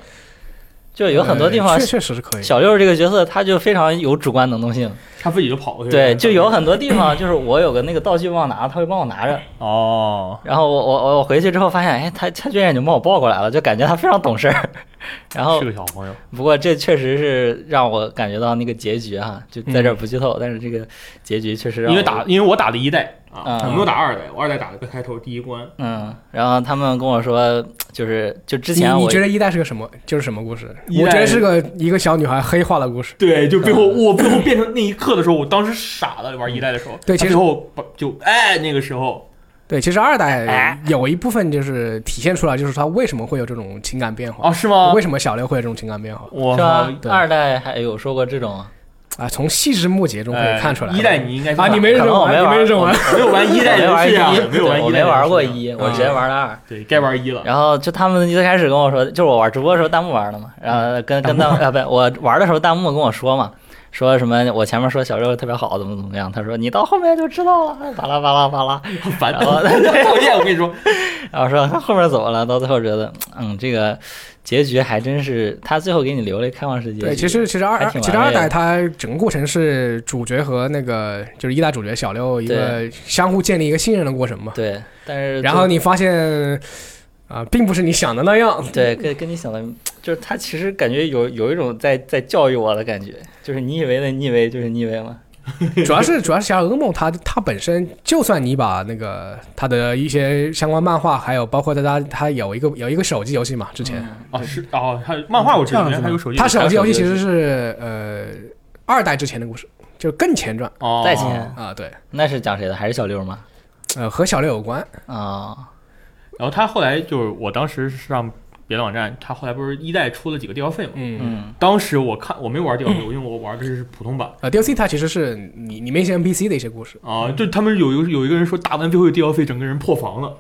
就是有很多地呃方确。确实是可以，小六这个角色，他就非常有主观能动性，他自己就跑过去了。对，就有很多地方 就是我有个那个道具忘拿，他会帮我拿着。哦，然后我我我我回去之后发现，哎，他他居然已经帮我抱过来了，就感觉他非常懂事儿。 然后是个小朋友，不过这确实是让我感觉到那个结局哈、就在这儿不剧透，但是这个结局确实让嗯因为我打，因为我打了一代啊，嗯我没有打二代，我二代打了个开头第一关，嗯，然后他们跟我说，就是就之前你我你觉得一代是个什么？就是什么故事？一我代觉得是个一个小女孩黑化的故事。对，就最后嗯我最后变成那一刻的时候，我当时傻了，玩一代的时候，对其实他最后把就哎那个时候，对，其实二代哎有一部分就是体现出来，就是她为什么会有这种情感变化哦，。是吗为？什么小六会有这种情感变化我是吧？对二代还有说过这种，啊？从细枝末节中可以看出来。哎一代你应该是啊，你没可认能真我没玩，你玩没认真玩。没有玩一代没玩游一戏啊，没有对玩我没一代游戏啊，嗯玩过一，我直接玩了二。对该玩一了。然后就他们一开始跟我说，就是我玩直播的时候弹幕玩的嘛，然后跟跟弹幕啊不，我玩的时候弹幕跟我说嘛，说什么我前面说小六特别好，怎么怎么样，他说你到后面就知道了，巴拉巴拉巴拉，很烦， 然后很讨厌。我跟你说，然后 说他后面怎么了，到最后觉得嗯这个结局还真是他最后给你留了一个开放世界，对，其实其实二还挺其实完二美的代它整个过程是主角和那个就是一代主角小六一个相互建立一个信任的过程嘛。对，但是然就后你发现啊、并不是你想的那样。对跟跟你想的，就是他其实感觉有有一种在在教育我的感觉，就是你以为的你以为就是你以为嘛， 主要是主要是《侠盗噩梦》它它本身，就算你把那个它的一些相关漫画，还有包括它它它有一个有一个手机游戏嘛，之前、嗯啊是哦，还有漫画我知道，这样子吗还有手机，它手机游戏手其机实游戏是呃二代之前的故事，就更前传哦在前啊、对，那是讲谁的？还是小六吗？呃和小六有关，啊、然后他后来就是，我当时是上别的网站，他后来不是一代出了几个 DLC 嘛？嗯。嗯，当时我看我没玩 DLC，因为我玩的是普通版。呃，DLC 它其实是你你们一些 NPC 的一些故事，啊，就他们有一个有一个人说打完最后 DLC，整个人破防了，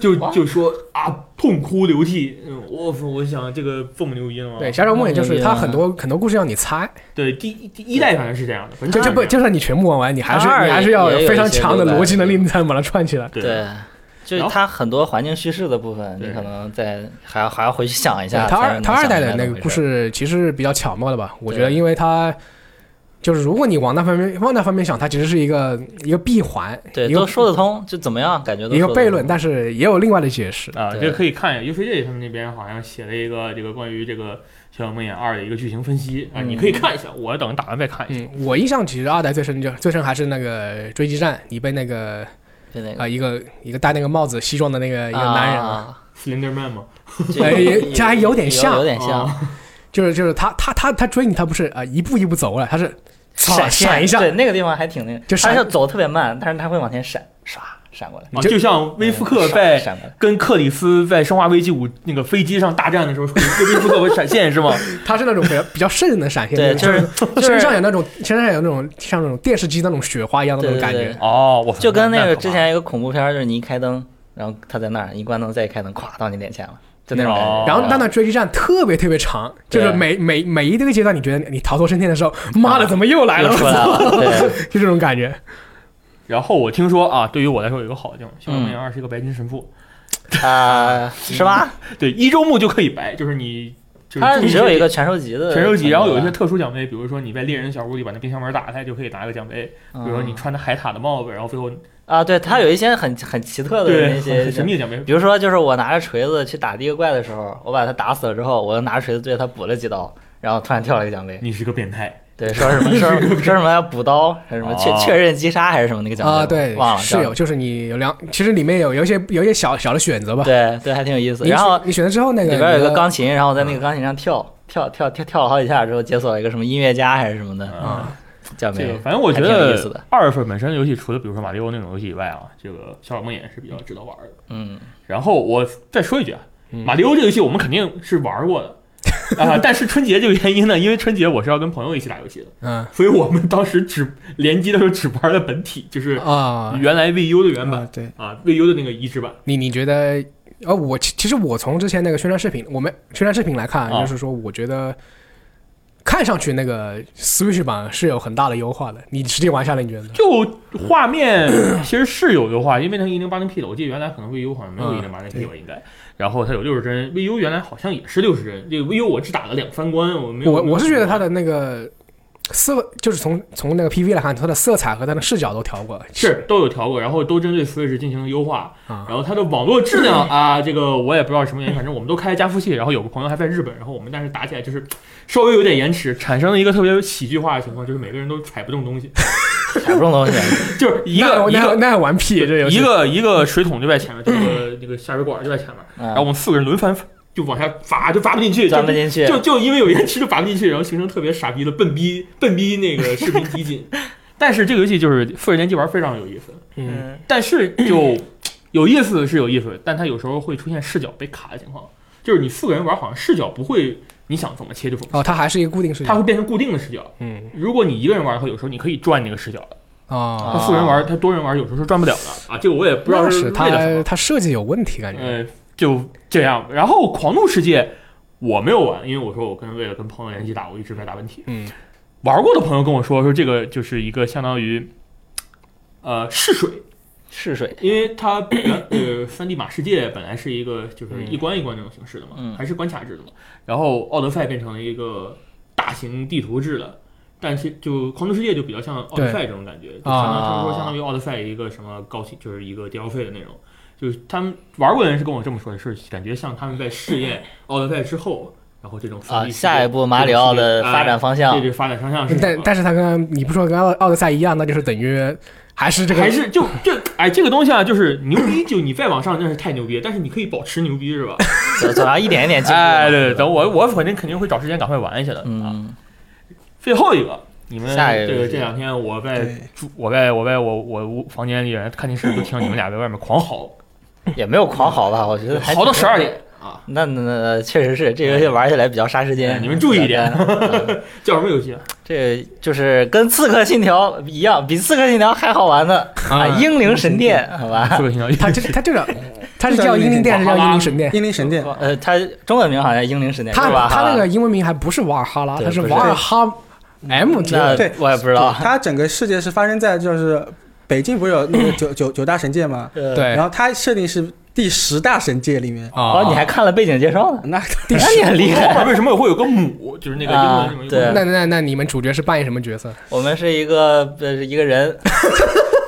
就哇就说啊痛哭流涕，嗯我我想这个这么牛哦逼了吗？对，侠盗梦也就是梦游它啊很多很多故事要你猜，对，第一第一代反正是这样的，反就正就不这样就算你全部玩完，你还是嗯二你还是也要有也有非常一些强的留白逻辑能力，你才能把它串起来。对对，就是然后它很多环境叙事的部分，你对可能在还要还要回去想一下。他才二能他二想代明的白那怎个么故回事事其实比较巧妙的吧，我觉得，对因为它就是如果你往那方面往那方面想，它其实是一个一个闭环，对一都个说得通，就怎么样感觉都一个说得悖通论，但是也有另外的解释。啊，对这可以看一下优睡夜他们那边好像写了一个这个关于这个《小小梦魇二》的一个剧情分析啊，嗯你可以看一下，我等打完再看一下。嗯，我印象其实二代最深就最深还是那个追击战，你被那个对那个啊、一个一个戴那个帽子西装的那个一个男人，啊，啊， Slender Man 嘛，就哎有这还有点像哦有点像啊，就是就是他他他他追你，他不是啊、一步一步走过来，他是唰现闪一下，对那个地方还挺那个，就他闪就走得特别慢，但是他会往前闪，唰闪过来。啊就就像威夫克嗯在闪闪过来，跟克里斯在《生化危机五》那个飞机上大战的时候，威夫克会闪现是吗？他是那种比较比较瘆人的闪现，对， 就就是是就身上是有那种身上有那种像那种电视机那种雪花一样的那种对感对觉对。哦，我操就跟那个可怕之前一个恐怖片儿，就是你一开灯，然后他在那儿，一关灯再一开灯，咵到你脸前了，就那种感哦觉。然后，但那追击战特别特别长，就是对每每每一个阶段，你觉得你逃脱升天的时候，妈的，啊怎么又来又哦了？出来了，对， 就这种感觉。然后我听说啊，对于我来说有一个好地方，《小小梦魇二》是一个白金神父，啊，是吧？对，一周目就可以白，就是你嗯就是他注意只有这一个全收集的全收集，然后有一些程特殊奖杯，比如说你在猎人小屋里把那冰箱门打开就可以拿一个奖杯，度吧，比如说你嗯穿着海獭的帽子，然后最后啊，对他有一些很很奇特的对那些很神秘的奖杯，比如说，就是我拿着锤子去打第一个怪的时候，我把他打死了之后，我又拿着锤子对他补了几刀，然后突然跳了一个奖杯。你是个变态。对，说什么说什么说什么要补刀，还是什么确哦确认击杀，还是什么那个奖杯？啊，对忘，了是有，。就是你有两，其实里面有有一些有一些小小的选择吧叫。对对，还挺有意思。你选然后你选择之后，那个里边有一你个的钢琴，然后我在那个钢琴上跳跳跳跳跳了好几下之后，解锁了一个什么音乐家还是什么的啊，奖这杯个。反正我觉嗯还挺有意思得的二月份本身的游戏，除了比如说马里奥那种游戏以外啊，这个《小小梦魇》是比较值得玩的。嗯，然后我再说一句啊，嗯马里奥这个游戏我们肯定是玩过的 啊、但是春节这个原因呢，因为春节我是要跟朋友一起打游戏的，嗯所以我们当时只联机的时候只玩了本体，就是啊，原来 VU 的原版啊，对，啊，VU 的那个移植版。你你觉得？呃，我其其实我从之前那个宣传视频，我们宣传视频来看，啊就是说，我觉得看上去那个 Switch 版是有很大的优化的。你实际玩下来，你觉得呢？就画面 其实是有优化，因为它一零八零 P 的，我记得原来可能 VU 好像没有一零八零 P 吧，应该。然后它有六十帧，VU 原来好像也是六十帧，这个 VU 我只打了两三关，我没有。我我是觉得它的的那个色，就是从从那个 PV 来看，它的色彩和它的视角都调过。是都有调过，然后都针对 Switch 进行了优化，啊然后它的网络质 量啊，这个我也不知道什么原因，反正我们都开加速器，然后有个朋友还在日本，然后我们但是打起来就是稍微有点延迟，产生了一个特别喜剧化的情况，就是每个人都踩不动东西，这种东西，就是一那个一那个。那玩屁这游戏一个一个水桶就在前面，这个那个下水管就 在前面，然后我嗯，们四个人轮番就往下砸，就砸不进去，钻不进去就，就就因为有延迟就砸不进去，然后形成特别傻逼的笨逼笨逼那个视频集锦。 但是这个游戏就是复制联机玩非常有意思，嗯，嗯，但是就有意思是有意思，但它有时候会出现视角被卡的情况，就是你四个人玩好像视角不会你想怎么切就怎么哦，它还是一个固定视切，它角会。变成固定的视角。嗯如果你一个人玩的话，有时候你可以转那个视角的。啊，它四个人玩，它多人玩有时候是转不了的啊。这个我也不知道那是是为了什它。么它设计有问题感觉。呃，就这样。然后《狂怒世界》我没有玩，因为我说我跟为了跟朋友联系打，我一直在打问题。嗯，玩过的朋友跟我说，说这个就是一个相当于，呃，试水，试水，因为它原呃三 D 马世界本来是一个就是一关一关那种形式的嘛，嗯还是关卡制的嘛。然后奥德赛变成了一个大型地图制的，但是就狂徒世界就比较像奥德赛这种感觉，就相当于啊他们说相当于奥德赛一个什么高清，就是一个 DLC 的内容。就是他们玩过的人是跟我这么说的，是感觉像他们在试验奥德赛之后，然后这种啊， 3D 世界下一步马里奥的发展方向哎，对对发展方向是什么但但是它跟你不说跟奥奥德赛一样，那就是等于还是这个还是就就哎，这个东西啊，就是牛逼，就你再往上那是太牛逼，但是你可以保持牛逼是吧？总总要一点一点进步嘛。 哎，对，吧等我我肯定肯定会找时间赶快玩一下的。啊，嗯，最后一个，你们下一个这个游戏这两天我在对住我在我在我我屋房间里看电视，都听到你们俩在外面狂嚎，也没有狂嚎吧，我觉得还嚎到十二点，啊！那那那确实是这游戏玩起来比较杀时间，你们注意一点比较干。嗯叫什么游戏啊？这就是跟《刺客信条》一样，比《刺客信条》还好玩的啊！啊英灵神殿，好吧？刺客信条一他这他这个他是 叫英灵殿，还是叫英灵神殿？英灵神殿，呃，它中文名好像叫英灵神殿，他是吧？他那个英文名还不是瓦尔哈拉，对他是不是瓦尔哈 M 结那尾。对我也不知道。它整个世界是发生在就是北京不是有那 个九九九大神界吗？呃，对然后它设定是第十大神界里面，哦，你啊！还看了背景介绍呢？那那 你很厉害。为什么会有个母？就是那个英文啊里面有对个母那那那你们主角是扮演什么角色？我们是一个呃一个人，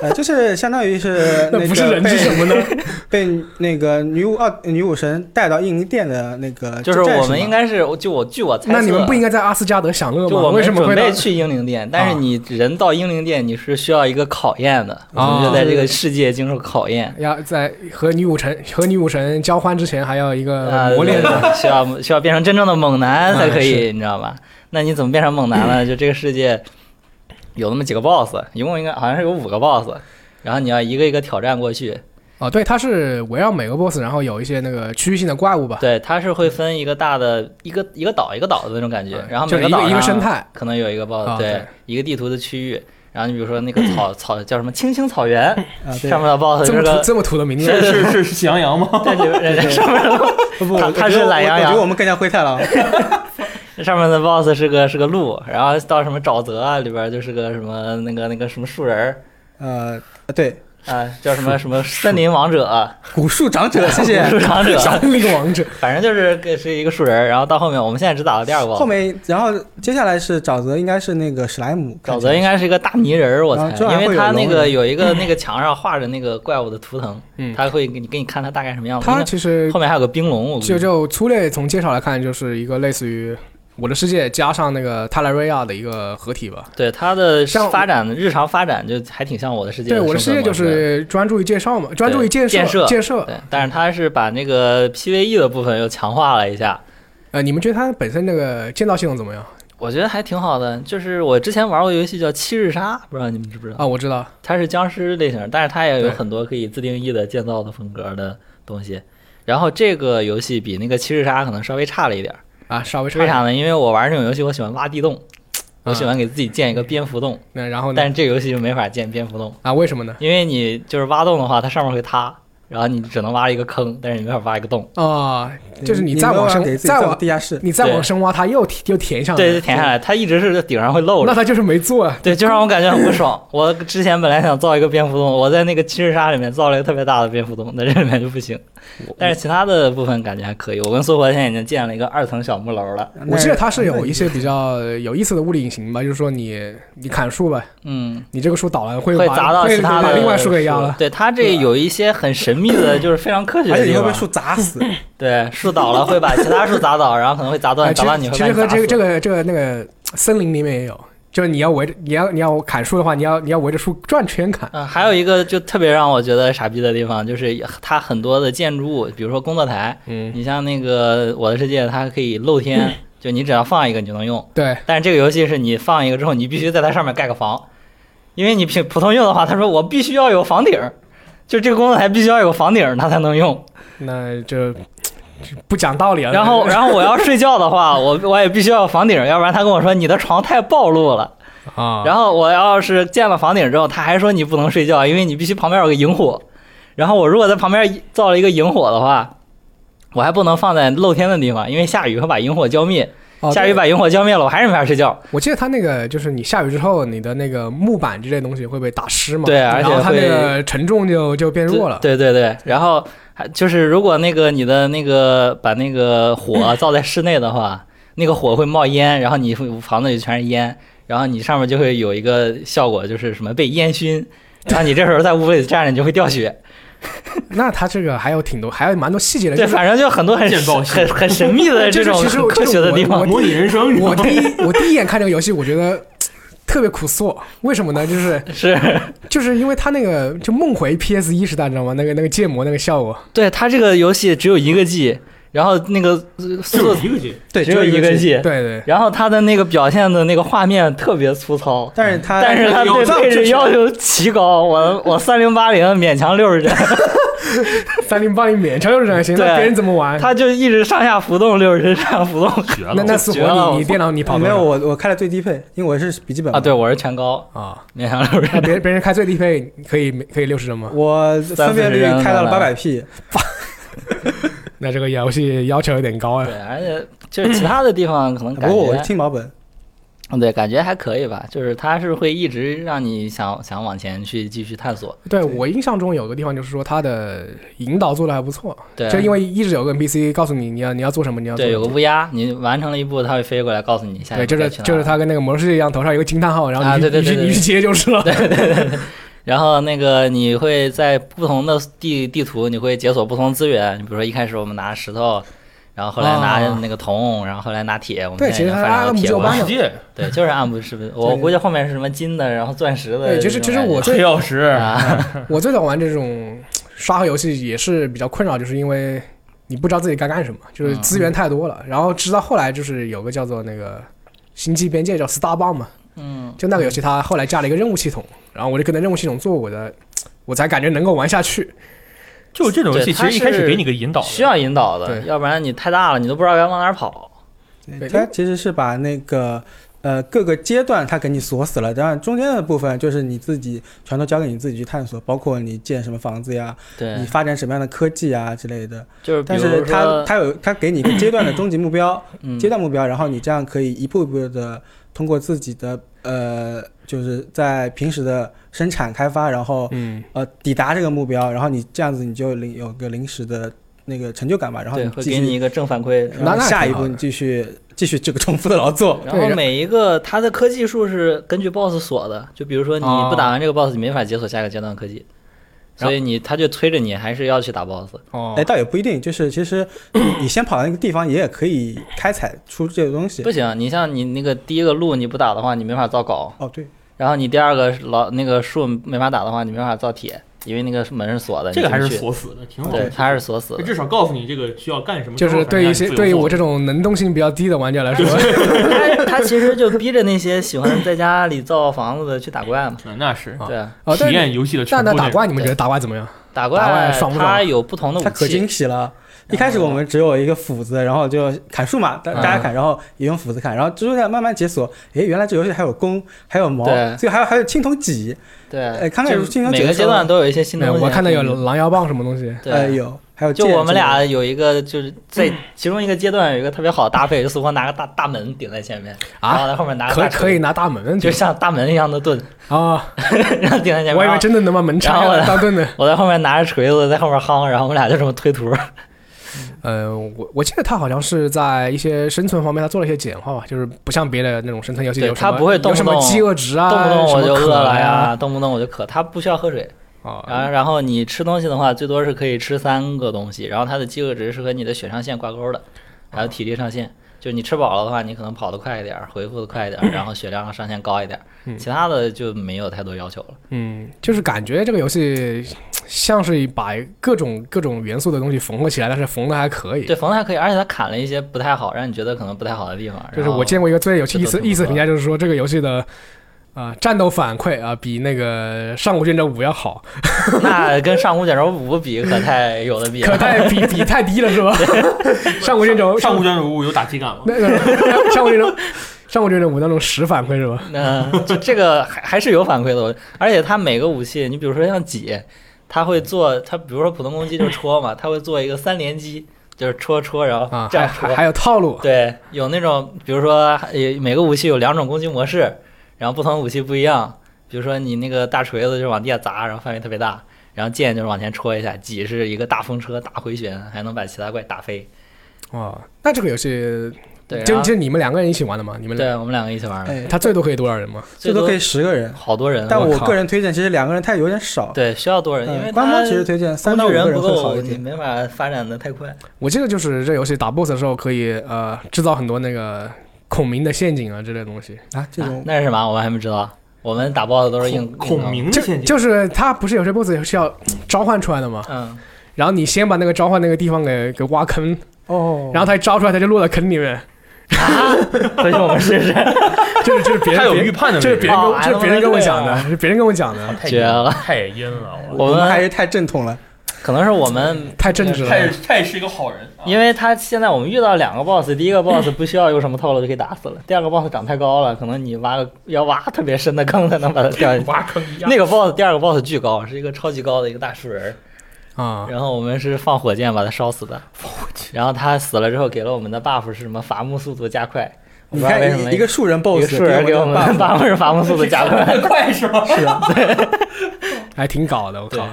呃就是相当于是那不是个人是什被么呢？ 被那个女武二女武神带到印尼殿的那个啊就战士是嘛，我们应该是，就我据我猜测，那你们不应该在阿斯加德享乐就吗？我为们什么准会到啊备去英灵殿，但是你人到英灵殿，你是需要一个考验的，我啊们就在这个世界经受考验。要在和女武神和女武神交欢之前，还要一啊个呃磨练？ 啊需要需要变成真正的猛男才可以，你知道吧？那你怎么变成猛男 呢？就这个世界有那么几个 boss，一共应该好像是有五个 boss，然后你要一个一个挑战过去。哦，对，它是围绕每个 boss，然后有一些那个区域性的怪物吧，对，它是会分一个大的一个一个岛一个岛的那种感觉，然后啊呃就每是一岛个一个上生态。可能有一个 boss，、啊对一个地图的区域。然后你比如说那个草草叫什么青青草原，啊 对哦上面的 boss 这是么土个，这么土的名 字，是是是是喜羊羊吗？对对对，上面的不不，他我他我觉是得懒我羊我觉羊得我们更加灰太狼，上面的 boss 是个是个鹿，然后到什么沼泽啊里边就是个什么那个那个什么树人儿呃对，啊，叫什么什么森林王者、 古树长 者，谢谢。树长者，小那个王者， 反正就是个是一个树人儿。然后到后面，我们现在只打到第二个 boss，后面，然后接下来是沼泽，应该是那个史莱姆。沼泽应该是一个大泥人儿，我然啊猜后这，还因会为有他那龙个人有一个那个墙上画着那个怪物的图腾，嗯他会给你给你看他大概什么样子。因它为其实后面还有个冰龙，我估计就就粗略从介绍来看，就是一个类似于《我的世界》加上那个泰莱瑞亚的一个合体吧。对他的像发展日常发展就还挺像我的世界对，的《生存模式。我的世界》就是专注于介绍嘛，专注于建设建设建设。对，但是他是把那个 PVE 的部分又强化了一下，呃，你们觉得它本身那个建造系统怎么样我觉得还挺好的。就是我之前玩过游戏叫《七日杀》，不知道你们知不知道？啊？我知道，它是僵尸类型，但是它也有对很多可以自定义的建造的风格的东西。然后这个游戏比那个《七日杀》可能稍微差了一点儿。啊，稍微差一为点。啥呢？因为我玩这种游戏，我喜欢挖地洞，我喜嗯欢给自己建一个蝙蝠洞，那然后呢但？是这个游戏就没法建蝙蝠洞，啊，为什么呢？因为你就是挖洞的话，它上面会塌，然后你只能挖一个坑，但是你没法挖一个洞。啊，就是你再们往要深给，自己再造往地下室，你再往对深挖，它又填又填上来了。对，就填下来，它一直是顶上会露那着。他就是没做啊。对，就让我感觉很不爽。 我之前本来想造一个蝙蝠洞，我在那个七日杀里面造了一个特别大的蝙蝠洞，在这里面就不行。但是其他的部分感觉还可以。我跟苏活现在已经建了一个二层小木楼了。那我记得它是有一些比较有意思的物理隐形吧，就是说你你砍树吧，嗯，你这个树倒了会会把砸到会其他把的另外树给压了。啊对它这有一些很神秘 的，就是非常科学而的地且你会方被。树砸死。对，树倒了会把其他树砸倒，然后可能 会砸断，哎砸其到你实会其把实你和砸这死个。这个这个那个森林里面也有，就是你要围着你要你要砍树的话，你要你要围着树转圈砍。嗯，还有一个就特别让我觉得傻逼的地方，就是它很多的建筑物，比如说工作台，嗯，你像那个《我的世界》，它可以露天， 就你只要放一个你就能用。对，但是这个游戏是你放一个之后，你必须在它上面盖个房，因为你平普通用的话，他说我必须要有房顶儿，就这个工作台必须要有房顶儿，它才能用。那就不讲道理了。然后，然后我要睡觉的 话，我我也必须要有房顶，要不然他跟我说你的床太暴露了。啊，然后我要是建了房顶之后，他还说你不能睡觉，因为你必须旁边有个萤火。然后我如果在旁边造了一个萤火的话，我还不能放在露天的地方，因为下雨会把萤火浇灭。哦 下雨把萤火浇灭了，我还是没法睡觉。我记得它那个就是你下雨之后，你的那个木板之类的东西会被打湿嘛？对啊而然后且它那会个承重就就变弱了。对对对，然后还就是如果那个你的那个把那个火造在室内的话，那个火会冒烟，然后你会房子里全是烟，然后你上面就会有一个效果，就是什么被烟熏，然后你这时候在屋里站着，你就会掉血。那它这个还有挺多，还有蛮多细节的。对，就是反正就很多很见报信很很神秘的就这是种其实很我科就是学的地我方。模拟人生，你知道我吗第一我第一眼看这个游戏，我觉得嘖特别苦涩。为什么呢？就是是就是因为它那个就梦回 PS 一时代，你知道吗？那个那个建模那个效果，对它这个游戏只有一个 G，然后那个呃就速有一个街，对，只有一个技。 G，对对。然后它的那个表现的那个画面特别粗糙。但是它，但是它对有 配置要求奇高，我我三零八零勉强六十帧，三零八零勉强就是这样行，那对别人怎么玩？它就一直上下浮动，六十上下浮动绝了那那我死绝了活你我你电脑你跑没多有少我我开了最低配，因为我是笔记本嘛啊！对，我是全高，啊？面向六那 十。别人别人开最低配可以可以六十帧吗？ 我分辨率开到了八百 P，那这个游戏要求有点高啊呀。对，而且就是其他的地方可能不感过我是觉，轻薄本，嗯，对，感觉还可以吧。就是它是会一直让你想想往前去继续探索。对我印象中有个地方就是说它的引导做的还不错，对，啊就因为一直有个 NPC 告诉你你要你要做什么，你要做对什有个么。乌鸦，你完成了一步，它会飞过来告诉你下一对，步就该是去哪儿。就是它跟那个魔兽世界一样，头上有个惊叹号，然后啊你对对你对去对你去接就是 了。然后那个你会在不同的地地图，你会解锁不同资源。你比如说一开始我们拿石头，然后后来拿啊那个铜，然后后来拿铁。我们对现其实在已经它发展到按部铁就班矿的世界对，就是按部就班。我对估计后面是什么金的，然后钻石的对，这其实种感其觉。实我最黑曜石，啊， 我最早玩这种沙盒游戏也是比较困扰，就是因为你不知道自己该干什么，嗯就是资源太多了。然后直到后来就是有个叫做那个《星际边界》叫 Star b o m 嘛，嗯，就那个游戏它后来加了一个任务系统，然后我就跟着任务系统做我的，我才感觉能够玩下去。就这种游戏，对其实一它开始是给你个引导的，需要引导的，对要不然你太大了，你都不知道该往哪儿跑。对它其实是把那个呃各个阶段它给你锁死了，当然中间的部分就是你自己全都交给你自己去探索，包括你建什么房子呀，对你，发展什么样的科技啊之类的。就是比但如是说，它它有它给你一个阶段的终极目标，嗯阶段目标，然后你这样可以一步一步的通过自己的呃，就是在平时的生产开发，然后嗯，呃抵达这个目标，然后你这样子你就临有个临时的那个成就感吧，然后对你会继给你续，一个正反馈。那然后那下挺一好步的你继续继续这个重复的劳作，然后每一个它的科技数是根据 BOSS 锁的，就比如说你哦不打完这个 BOSS，你没法解锁下一个阶段的科技，然后所以你它就催着你还是要去打 BOSS。哦哎，，倒也不一定，就是其实你先跑到那个地方，也也可以开采出这个东西不。行，你像你那个第一个路你不打的话，你没法造镐；哦，对，然后你第二个老那个树没法打的话，你没法造铁，因为那个门是锁的。这个还是你进不去锁死的，挺好对，的。它是锁死 就的。至少告诉你这个需要干什么之就是后才能让对你自于一由做，些对于我这种能动性比较低的玩家来说，它它其实就逼着那些喜欢在家里造房子的去打怪嘛。嗯那是啊对啊，哦，体但是验游戏的全但部那内容打怪你们觉得打怪怎么样？打打怪怪爽不爽它有不同的武它可器惊，喜了。一开始我们只有一个斧子，然后就砍树嘛，大嗯大家砍，然后也用斧子砍，然后之后再慢慢解锁，诶，原来这游戏还有弓，还有矛，对最后还有还有青铜戟，对哎，刚开始就进行每解个锁阶段都有一些新对东西啊。哎我看到有嗯狼妖棒什么东西，对，呃，有，还有就剑我们之类的俩有一个就是在嗯其中一个阶段有一个特别好的搭配，就苏活拿个大大门顶在前面，啊然后在后面拿个可大以可以拿大门锤，就像大门一样 的盾，啊！然后顶在前面。我以为然后真的能把门拆然后了呢当 盾呢。我在后面拿着锤子在后面夯，然后我们俩就这么推图。啊呃，我我记得他好像是在一些生存方面，他做了一些简化吧，就是不像别的那种生存游戏对有什么它不会动有不什动么饥饿值啊，动不动我就什么啊渴饿了呀呀，动不动我就渴。它不需要喝水，然啊后然后你吃东西的话，最多是可以吃三个东西，然后它的饥饿值是和你的血上限挂钩的，还有体力上限。就是你吃饱了的话，你可能跑得快一点儿，恢复得快一点儿，然后血量上限高一点儿，其他的就没有太多要求了。嗯，就是感觉这个游戏像是把各种各种元素的东西缝合起来，但是缝的还可以。对，缝的还可以，而且他砍了一些不太好，让你觉得可能不太好的地方。就是然后我见过一个最有趣意哎这思都挺不错意思评价，就是说这个游戏的。啊、战斗反馈啊，比那个《上古卷轴五》要好，那跟上古卷轴五比可太有的比可了。太比比太低了是吧？上古卷轴，上古卷轴五有打击感吗？那个上古卷轴，上古卷轴五那种实反馈是吧？ 那就这个还还是有反馈的，我而且它每个武器，你比如说像戟，它会做，它比如说普通攻击就是戳嘛，它会做一个三连击，就是戳戳，然后啊，这样戳。还还有套路，对，有那种，比如说呃每个武器有两种攻击模式，然后不同武器不一样。比如说你那个大锤子就是往地下砸，然后范围特别大，然后剑就是往前戳一下，戟是一个大风车、大回旋，还能把其他怪打飞。哦，那这个游戏对，然就后就你们两个人一起玩的吗？你们俩，对啊我们两个一起玩的，哎，他最多可以多少人吗？最最多多可以十个人，好多人，但我我靠个人推荐，其实两个人太有点少，对需要多人，嗯因为官他方其实推荐三到工五具个人人不会好够，一你点。没法发展的太快。我记得就是这游戏打 BOSS 的时候可以呃制造很多那个孔明的陷阱啊之类的东西，啊，这啊种那是什么？我们还没知道，我们打 BOSS 都是硬孔孔。硬明的就陷阱，就是他不是有些 BOSS 是要嗯召唤出来的吗？刚嗯，然后你先把那个召唤那个地方给给挖坑，哦，然后他一招出来他就落到坑里 面，回去我们试试，就是就是别他人有别预判的啊这位是置别人跟我哦这是别人跟我讲还的，是别人跟我讲能这的。太绝了 太阴了，我我们们还是太正统了。可能是我 们太正直他也了。他也是一个好人，啊因为他现在我们遇到两个 boss，第一个 boss 不需要用什么套路就可以打死了，第二个 boss 长太高了，可能你挖个要挖特别深的坑才能把它掉 进去。挖坑一样。那个 boss 第二个 boss 巨高，是一个超级高的一个大树人儿，啊，然后我们是放火箭把他烧死的。然后他死了之后给了我们的 buff 是什么？伐木速度加快。我你不知道看为什么一个树人一个 BOSS 树人给我们的 buff， buff 是伐木速 度加快。快 是吗？是啊，还挺搞的，我靠对！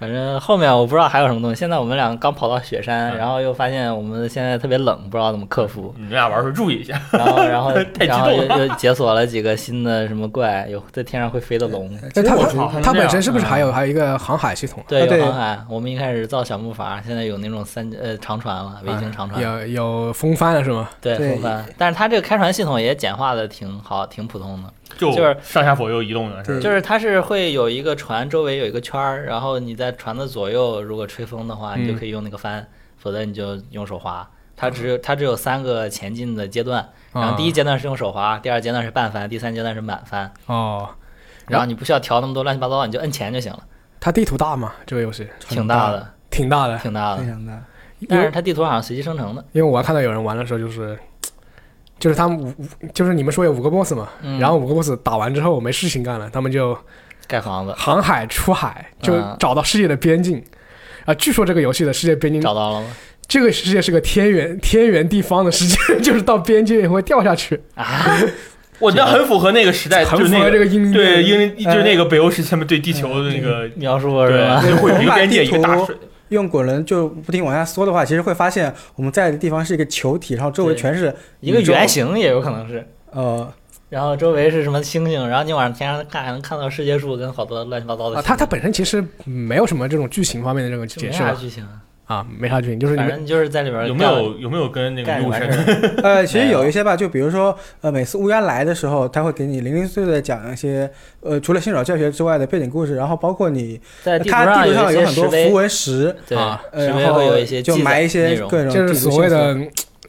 反正后面我不知道还有什么东西。现在我们俩刚跑到雪山，嗯然后又发现我们现在特别冷，不知道怎么克服。你们俩玩的时候注意一下， 然后然后太激然动后了又又解锁了几个新的什么怪，有在天上会飞的龙，哎其那实它我觉得它它本身是不是嗯还有还有一个航海系统啊？对，对有航海。我们一开始造小木筏，现在有那种三呃长船了，维京长船，有有风帆了啊是吗？对对风帆。但是它这个开船系统也简化的挺好，挺普通的。就就是上下左右移动的是吧对就是它是会有一个船周围有一个圈儿，然后你在船的左右，如果吹风的话，你就嗯可以用那个帆，否则你就用手划。它只有它只有三个前进的阶段，啊然后第一阶段是用手划，第二阶段是半帆，第三阶段是满帆。哦，然后你不需要调那么多乱七八糟，你就摁钱就行了，它地图大吗？这个游戏挺大，的，挺大的。挺大非的。常的但是它地图好像随机生成的，因为我看到有人玩的时候，就是就是他们五五就是你们说有五个 boss 嘛，嗯然后五个 boss 打完之后没事情干了，他们就盖房子航海出海，就啊找到世界的边境。啊，据说这个游戏的世界边境，找到了吗？这个世界是个天圆天圆地方的世界， 就是到边界会掉下去， 啊，我那很符合那个时代，很就是符那合这个个哎英对英英就是那个北欧时期他们对地球的那个描述是吧？对，就会有一我们个把边界地一个大图水，用滚轮就不停往下缩的话，其实会发现我们在的地方是一个球体，然后周围对全是一个宇宙圆，形也有可能是，呃，然后周围是什么星星，然后你往天上看还能看到世界树跟好多乱七八糟的啊，星星。它它本身其实没有什么这种剧情方面的这种就没解释啥吧？剧情啊，啊，没啥剧情，就是你反们正就是在里边有没有有没有跟那个干陆完事神 儿？呃，其实没有有一些吧，就比如说，呃，每次乌鸦来的时候，他会给你零零碎碎的讲一些，呃，除了新手教学之外的背景故事，然后包括你，在地图它地图上有一些有很石多符碑，文石，对，啊呃，石碑然会有后一些就记载埋一些内容各种就是地图所谓线索的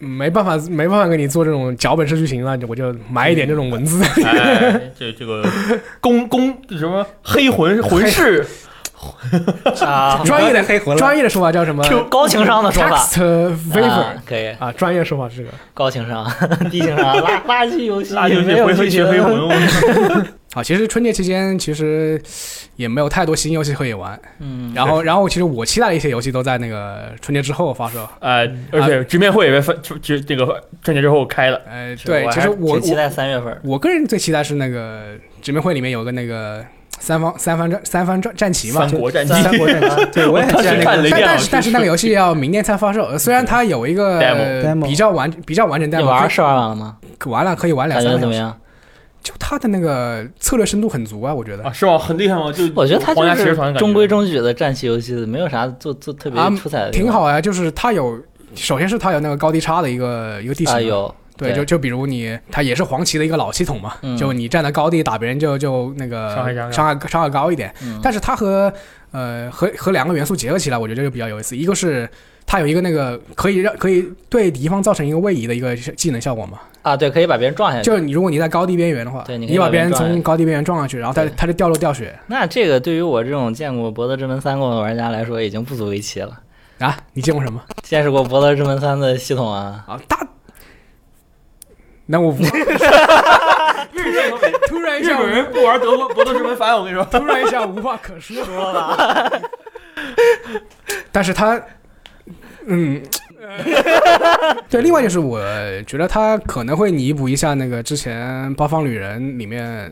嗯没办法没办法给你做这种脚本式剧情了，就我就埋一点这种文 字。哎，这这 个公公什么黑魂魂师 啊，专业的黑魂了专业的说法叫什么 高情商的说法 Text waiver 啊可以啊，专业说法是这个。高情商， 低情商，垃垃圾游戏，垃圾游没戏有回去剧情学 黑 魂，我啊，其实春节期间其实也没有太多新游戏可以玩，嗯，然后然后其实我期待的一些游戏都在那个春节之后发售。哎呃，而啊且直面会也被分就就这个春节之后开了，呃，是对，我其还实是我挺期我待三月份儿。我个人最期待是那个直面会里面有个那个三方三方战三方战战旗嘛三，国战机三 三国战机，对我也很当期待时那看个但了一遍但啊是但是那个 游戏要明年才发售，呃虽然它有一个 Demo 呃 Demo 比较完比较完整你 demo，玩儿是玩完了吗？可完了可以玩两感三个觉怎小么时，样？就它的那个策略深度很足啊，我觉得啊，。是吗？很厉害吗？就我觉得它皇家骑就士团是的感觉中规中矩的战棋游戏，没有啥做做特别啊出彩的地方。挺好呀、就是它有，首先是它有那个高低差的一个一个地形嘛、啊，有对，就就比如你，它也是黄旗的一个老系统嘛，嗯就你站在高地打别人就就那个伤害加大伤害伤害高一点，嗯但是它和呃和和两个元素结合起来，我觉得就比较有意思。一个是它有一个那个可以让可以对敌方造成一个位移的一个技能效果嘛，啊，对，可以把别人撞下去。就是你如果你在高地边缘的话，对你可以你把把别人人撞下从去高地边缘撞上去，然后它对它就掉落掉血那这个对于我这种见过《博德之门三》过的玩家来说，已经不足为奇了。啊！你见过什么见识过《博德之门三》的系统啊，啊？大。那 我不突然一日下本人不玩德国博德之门反，我跟你说，突然一下无话可说了。 但是他， 嗯，对，另外就是我觉得他可能会弥补一下那个之前《八方旅人》里面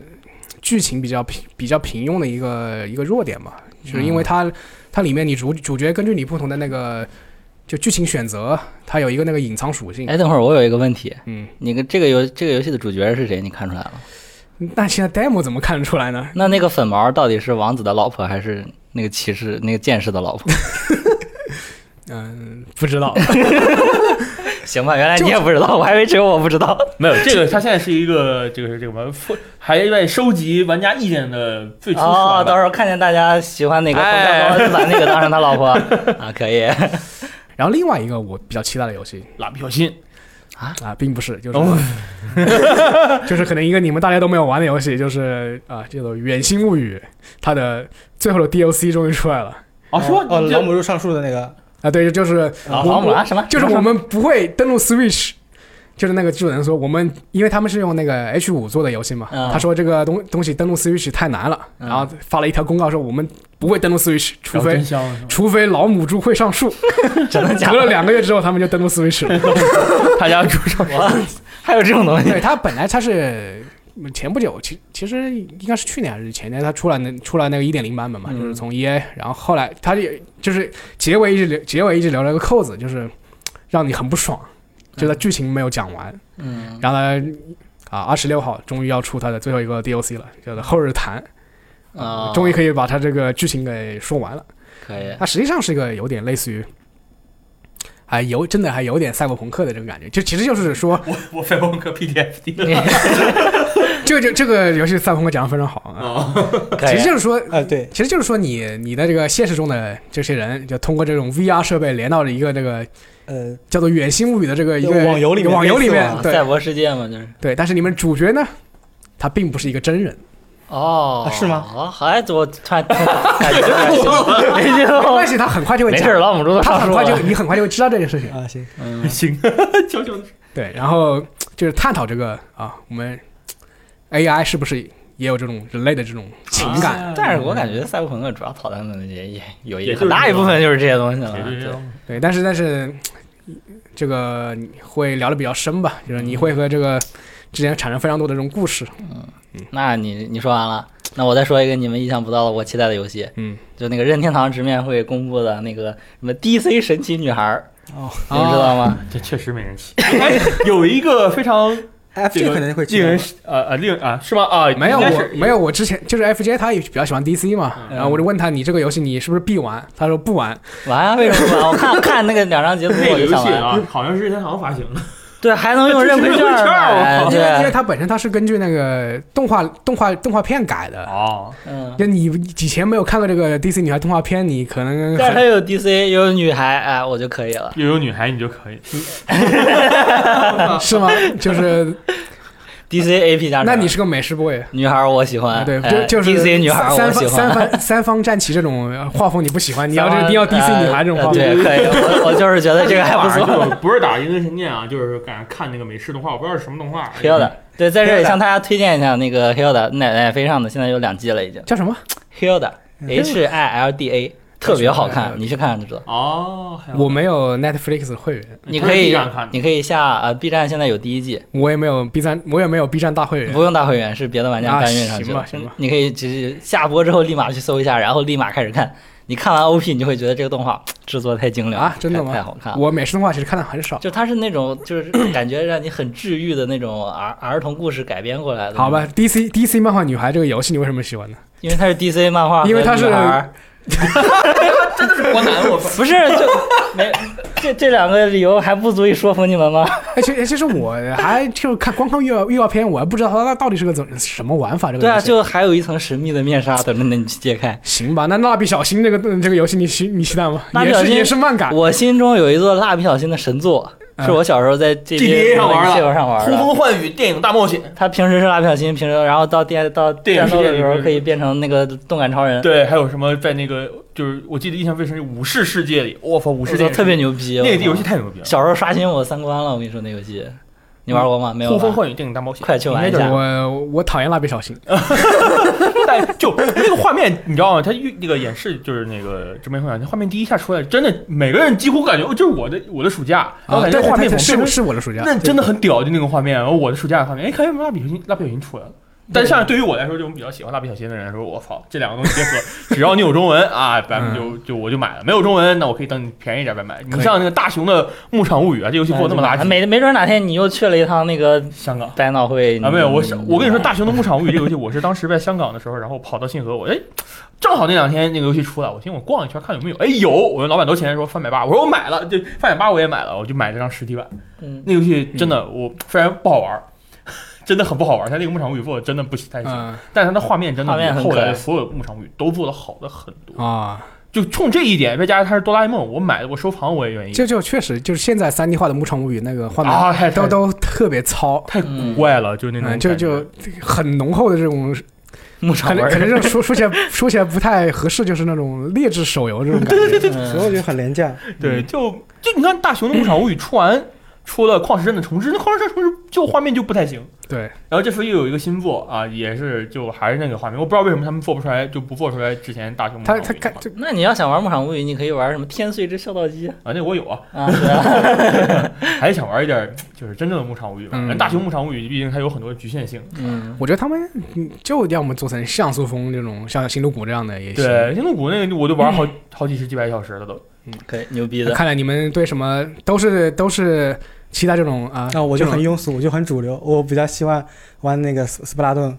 剧情比较平比较平庸的一个一个弱点嘛，就是因为它它里面你主主角根据你不同的那个就剧情选择，它有一个那个隐藏属性。哎，等会儿我有一个问题，嗯，你跟这个游这个游戏的主角是谁？你看出来了吗？那现在 demo 怎么看得出来呢？那那个粉毛到底是王子的老婆，还是那个骑士那个剑士的老婆？ 嗯，不知 道。行吧，原来你也不知道，我还以为只有我不知道。 没有 这个，他现在是一个这个是这个什么，复还在收集玩家意见的最初始哦，版到本。时候看见大家喜欢哪个风哎格高，就把那个当成 他老婆啊，可以然后另外一个我比较期待的游戏蜡笔小新，啊，并不是，就是、哦 就是可能一个你们大家都没有玩的游戏，就是啊，叫做《远星物语》，它的最后的 DLC 终于出来了。哦，说就哦，老母入上树的那个，啊，对，就是老我老母啊什么？就是我们不会登录 Switch，就是那个制作人说我们，因为他们是用那个 H 五做的游戏嘛，嗯他说这个东东西登录 Switch 太难了，嗯然后发了一条公告说我们不会登录 Switch，除然后非真香是吧除非老母猪会上树。真的 假隔了的？两个月之后，他们就登录 Switch 了。他家住上 我，还有这种东 西对他本来他是前不久，其其实应该是去年还是前年，他出来那出来那个一点零版本嘛，嗯就是从 EA，然后后来他也就是结尾一直留结尾一直留了个扣子，就是让你很不爽，就他剧情没有讲完。嗯，然后呢，啊，二十六号终于要出他的最后一个 DLC 了，叫做《后日谈》啊，终于可以把他这个剧情给说完了。可 以，它实际上是一个有点类似于，还有真的还有点赛博朋克的这个感觉，就其实就是说，我我赛博朋克 PTSD 这个就这个游戏赛博朋克讲的非常好啊，啊，可其以实，就是说。啊，对，其实就是说你，你的这个现实中的这些人，就通过这种 VR 设备连到了一个这个呃，叫做《远星物语》的这个一个网游里面网游里类似面网，对赛博世界嘛，就是对。但是你们主角呢，他并不是一个真人，哦啊，是吗哦，还我突 然感觉没没关系，他很快就会哦没讲事，老母猪都他上很树快就了，你很快就会知道这件事情。啊，行，嗯，行， 悄悄地对，然后就是探讨这个啊，我们 AI 是不是也有这种人类的这种情感？啊但是我感觉赛博朋克主要讨论的也也有也一就是很大一部分就是这些东西了，也就这对样对，但是但是这个你会聊的比较深吧，就是你会和这个之间产生非常多的这种故事。那你你说完了，那我再说一个你们意想不到的我期待的游戏，嗯，就那个任天堂直面会公布的那个什么 DC 神奇女孩儿，哦你们知道吗？这确实没人起。哎，有一个非常这，FG 个可能会令人呃呃令啊是吗？啊，没有应该我是没有我之前就是 FJ 他也比较喜欢 DC 嘛，嗯然后我就问他你这个游戏你是不是必玩？他说不玩。玩啊，为什么不玩？我看看那个两张截图那我个就游想戏玩。啊，好像是任天堂发行的，对，还能用认赔 券儿买，这因为因为哦 对，它本身它是根据那个动画动画动画片改的，哦，嗯。就你以前没有看过这个 DC 女孩动画片，你可能 但是很它有 DC 有女孩，哎，我就可以了。又有女孩你 就可以，是吗？就是， DC AP 加那你是个美食 boy，女孩，我喜欢。对，哎就就是 DC 女孩，三我喜方三欢。 方三方战旗这种呃画风你不喜欢，你要三这方你要 DC 呃女孩这种呃画风，对，可以。我我就是觉得这个还不晚上错，就不是打《英雄神剑》啊，就是赶上看那个美式动画，我不知道是什么动画。黑嗯的。对，在这里 Hilda 向大家推荐一下那个 Hilda 奶奶飞上的，现在有两季了已经。叫什么？ Hilda H I L D A 特别好看嗯，你去看看就知道。哦，还有我没有 Netflix 的会员，你可以你可以 B 站看你可以下呃 B 站现在有第一季，我也没有 B 站，我也没有 B 站大会员。不用大会员，是别的玩家啊搬运上去行吧的行吧。你可以直接下播之后立马去搜一下，然后立马开始看。你看完 OP，你就会觉得这个动画制作太精良啊真的太吗太好看了。我美式动画其实看的很少，就它是那种，就是感觉让你很治愈的那种儿儿童故事改编过来的。好吧，？DC DC 漫画女孩这个游戏你为什么喜欢呢？因为它是 DC 漫画和因为它是女孩儿， 我难我 不是就没这这两个理由还不足以说服你 们吗？哎，其实其实我还就是看光看预告预告片，我还不知道它到底是个怎什么玩法。这个对啊，游戏就还有一层神秘的面纱等着你去揭开。行吧。那蜡笔小新这个这个游戏你期你期待吗？蜡笔也小是新也是漫改，我心中有一座蜡笔小新的神作，嗯是我小时候在 GTA 上玩的上玩的。幻雨电影大冒险，他平时是蜡笔小新，平时然后到电到电影战斗世界的里时候面可以变成那个动感超人，对，还有什么在那个就是我记得印象最深是武士世界里，我操，武我士操，电影特别牛逼。那我操个游戏太牛逼了，小时候刷新我三观了，我跟你说那游戏，你玩过吗？没有呼风吧？唤雨电影大冒险，快去玩一应该下叫我我讨厌蜡笔小新，但就那个画面，你知道吗？他预那个演示就是那个直面幻想，那画面第一下出来，真的每个人几乎感觉，哦，这是我的我的暑假，然后啊，感对觉对画面对，怎么是是我的暑假。那真的很屌，就那个画面，然后我的暑假的画面，哎，看见蜡笔小新，蜡笔小新出来了。但像对于我来说，这种比较喜欢蜡笔小新的人来说，我操，这两个东西结 合，只要你有中文啊，咱们就就我就买了；没有中文，那我可以等你便宜点再买。你可以像那个大熊的《牧场物语》啊，这游戏哎做那么垃圾，没没准哪天你又去了一趟那个香港百脑汇啊，没有，我是我跟你说，《大大熊的牧场物语》这游戏，我是当时在香港的时候，然后跑到信和，我哎，正好那两天那个游戏出来，我寻思我逛一圈看有没有，哎有，我跟老板多钱说翻百八，我说我买了，就翻百八我也买了，我就买了张实体版。嗯，那游戏真的我虽然不好玩儿， 真的很不好玩儿，它那个牧场物语做的真的不太行，嗯但是它的画面真的画面比很后可来爱的所有牧场物语都做的好的很多。啊，就冲这一点，再加上它是哆啦 A 梦，我买我收藏我也愿意。这就确实就是现在三 D 画的《牧场物语》那个画面啊，太都太都特别糙，太古怪了，就那种嗯，感就觉，就很浓厚的这种牧场可能文可能 儿，这说说起来说起来不太合适，就是那种劣质手游这种感觉。 所以嗯我觉得很廉价。对，嗯就就你看大雄的牧场物语出完出了矿石镇的重置，那矿石镇重置就画面就不太行。对，然后这次又有一个新作啊，也是就还是那个画面，我不知道为什么他们做不出来，就不做出来之前大雄牧场他物语他的干画面这那你要想玩牧场物语，你可以玩什么天穗之孝道机啊，那个我有啊，啊，对啊还是想玩一点就是真正的牧场物语吧。嗯人大雄牧场物语毕竟它有很多局限性，嗯，我觉得他们嗯就要么做成像素风这种，像新露谷这样的也行。对，星露谷那个我都玩好好几十几百小时了都。可以牛逼的，看来你们对什么都是都是期待这种啊，那我就这种很庸俗，我就很主流，我比较希望玩那个斯斯普拉顿。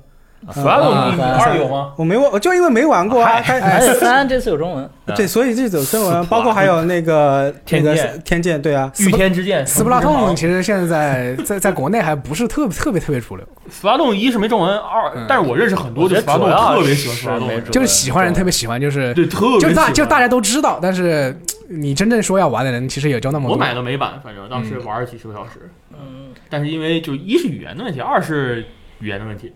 死拉顿啊二有吗？我没玩，我就因为没玩过啊。它而且哎三这次有中文，啊 对，所以这种中哎斯普拉文，顿包括还有那个天那剑个天剑，对啊，御天之剑，斯普拉通其实现在在在国内还不是特别特别特别主流，斯拉顿一是没中文，二嗯但是我认识很多我觉得对斯拉主顿要特别喜欢斯是拉没顿，主就是喜欢人特别别喜欢，就是对特别就是喜大欢。就是大家都知道，但是你真正说要玩的人其实也就那么我多。买了美版，反正当时玩了几十个小时，嗯，但是因为就一是语言的问题，二是语言的问题，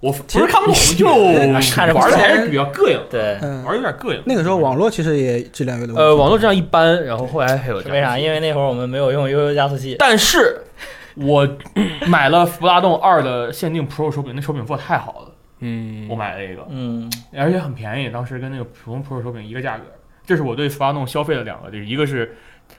我不其是实看不懂，就 看着不玩的爽还是比较膈应，对，嗯，玩有点膈应。那个时候网络其实也质量有点问题。呃，网络质量一般，然后后来还有是为啥？因为那会儿我们没有用悠悠加速器，但是我买了《弗拉洞二》的限定 Pro 手柄，那手柄做得太好了，嗯我，买了一个，嗯，而且很便宜，当时跟那个普通 Pro 手柄一个价格。这是我对《弗拉洞消费的两个，就是一个是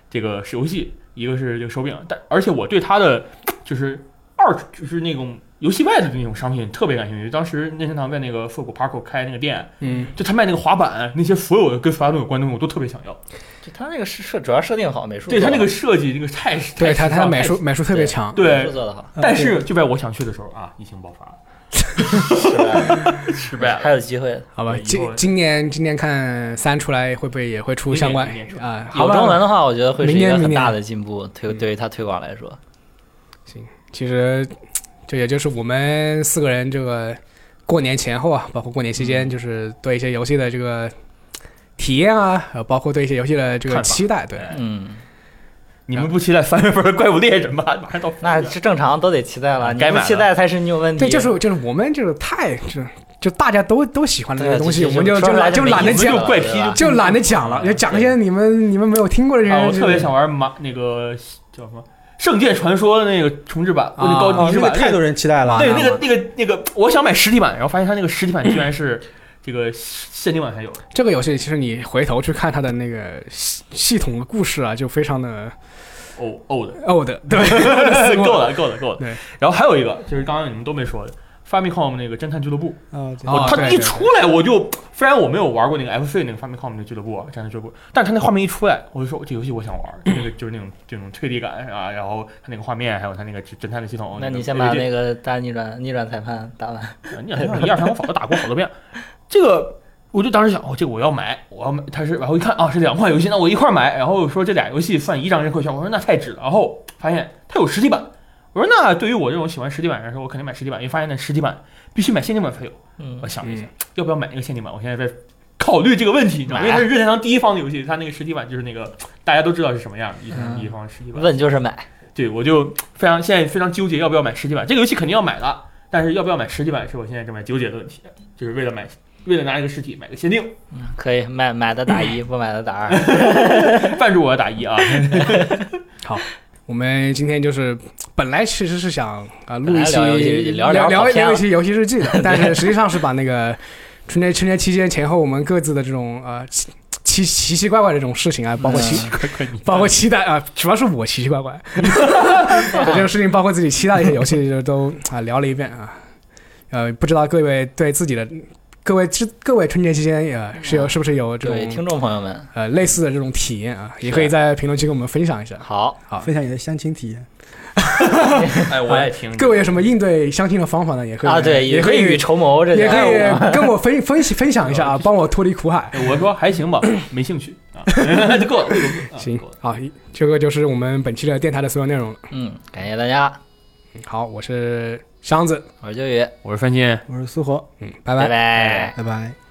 这个是游戏，一个是这个手柄，但而且我对它的就是二就是那种游戏外的那种商品特别感兴趣。当时任天堂在那个复古 Park 开那个店，嗯，就他卖那个滑板，那些所有的跟《弗拉洞有关的东西，我都特别想要。就他那个是设主要设定好，美术对做他那得个设计，那个太对太他时尚他的美太术美术特别强好，对美术做的好，嗯但对是就在我想去的时候啊，疫情爆发了，是吧？失败了。还有机会的，好吧对？以后今今年今年看三出来会不会也会出相关明年明年出啊？好有吧中文的话，我觉得会是一明个年很明年大的进步，推对于它推广来说，其实这也就是我们四个人这个过年前后啊，包括过年期嗯间，就是对一些游戏的这个体验啊，呃，包括对一些游戏的这个看法期待，对。嗯，你啊们不期待三月份的怪物猎人吧？马上到那是正常都得期待了，你该不买期了待才是你有问题，对，就是就是我们就是太就就大家都都喜欢的这个对东西，就我们就说就出来懒就没懒得意思讲，了怪对批吧就懒得讲了，就讲一些你们你们没有听过的这嗯啊，些。我特别想玩马那个叫什么《圣剑传说》的那个重置版，啊那个高哦级那制个版，太多人期待了。对啊那个那个那个，我想买实体版，然后发现它那个实体版居然是这个限定版才有的，这个游戏，其实你回头去看它的那个系系统的故事啊，就非常的哦哦的， old，对， 够了够了够了。对，然后还有一个就是刚刚你们都没说的。Famicom 那个侦探俱乐部，啊，对哦我它对对一出来我就，虽然我没有玩过那个 FC 那个 Famicom 那个俱乐部啊，战士俱乐部，但是它那画面一出来，我就说这游戏我想玩，那个就是那种这种推理感啊，然后它那个画面，还有它那个侦探的系统。那你个先把那个大逆转逆转裁判打完，呃你想想一二三，我早就打过好多遍。这个我就当时想，哦，这个我要买，我要买。它是，然后一看啊，是两款游戏，那我一块儿买。然后说这俩游戏算一张人口券，我说那太值了。然后发现它有实体版，我说那对于我这种喜欢实体版来说，我肯定买实体版，因为发现那实体版必须买限定版才有。嗯我，想了一下，要不要买那个限定版？我现在在考虑这个问题，你知啊道吗？因为它是任天堂第一方的游戏，它那个实体版就是那个大家都知道是什么样的，一方嗯第一方实体版。问就是买，对，我就非常现在非常纠结要不要买实体版。这个游戏肯定要买了，但是要不要买实体版是我现在正在纠结的问题，就是为了买，为了拿一个实体买个限定。嗯可以买买的打一，不买的 打二，绊住我要打一啊！我们今天就是本来其实是想啊、呃录一期本来聊游戏日记聊聊聊跑聊偏了一期游戏 日记的，但是实际上是把那个春节春节期间前后我们各自的这种呃奇奇奇奇怪怪的这种事嗯情啊，包括期、 快快你包括期待啊，主要是我奇奇怪 怪这种事情，包括自己期待的一些游戏就都啊、聊了一遍啊，呃，不知道各位对自己的各位之各位春节期间也、呃是有是不是有这嗯嗯对种听众朋友们，呃类似的这种体验啊，也可以在评论区跟我们分享一下。好，分享你的相亲体验。哎，我也听各位有什么应对相亲的方法呢？也可以嗯啊，对，也可可以与以筹谋，这也可叫以跟我分分析分享一下 啊，帮我脱离苦海。哎我说还行吧，没兴趣啊， 那就够了，够了行够了，好，这个就是我们本期的电台的所有内容了。嗯，感谢大家，好，我是箱子，我是秋雨，我是范进。我是苏活，嗯，拜拜拜。拜拜拜。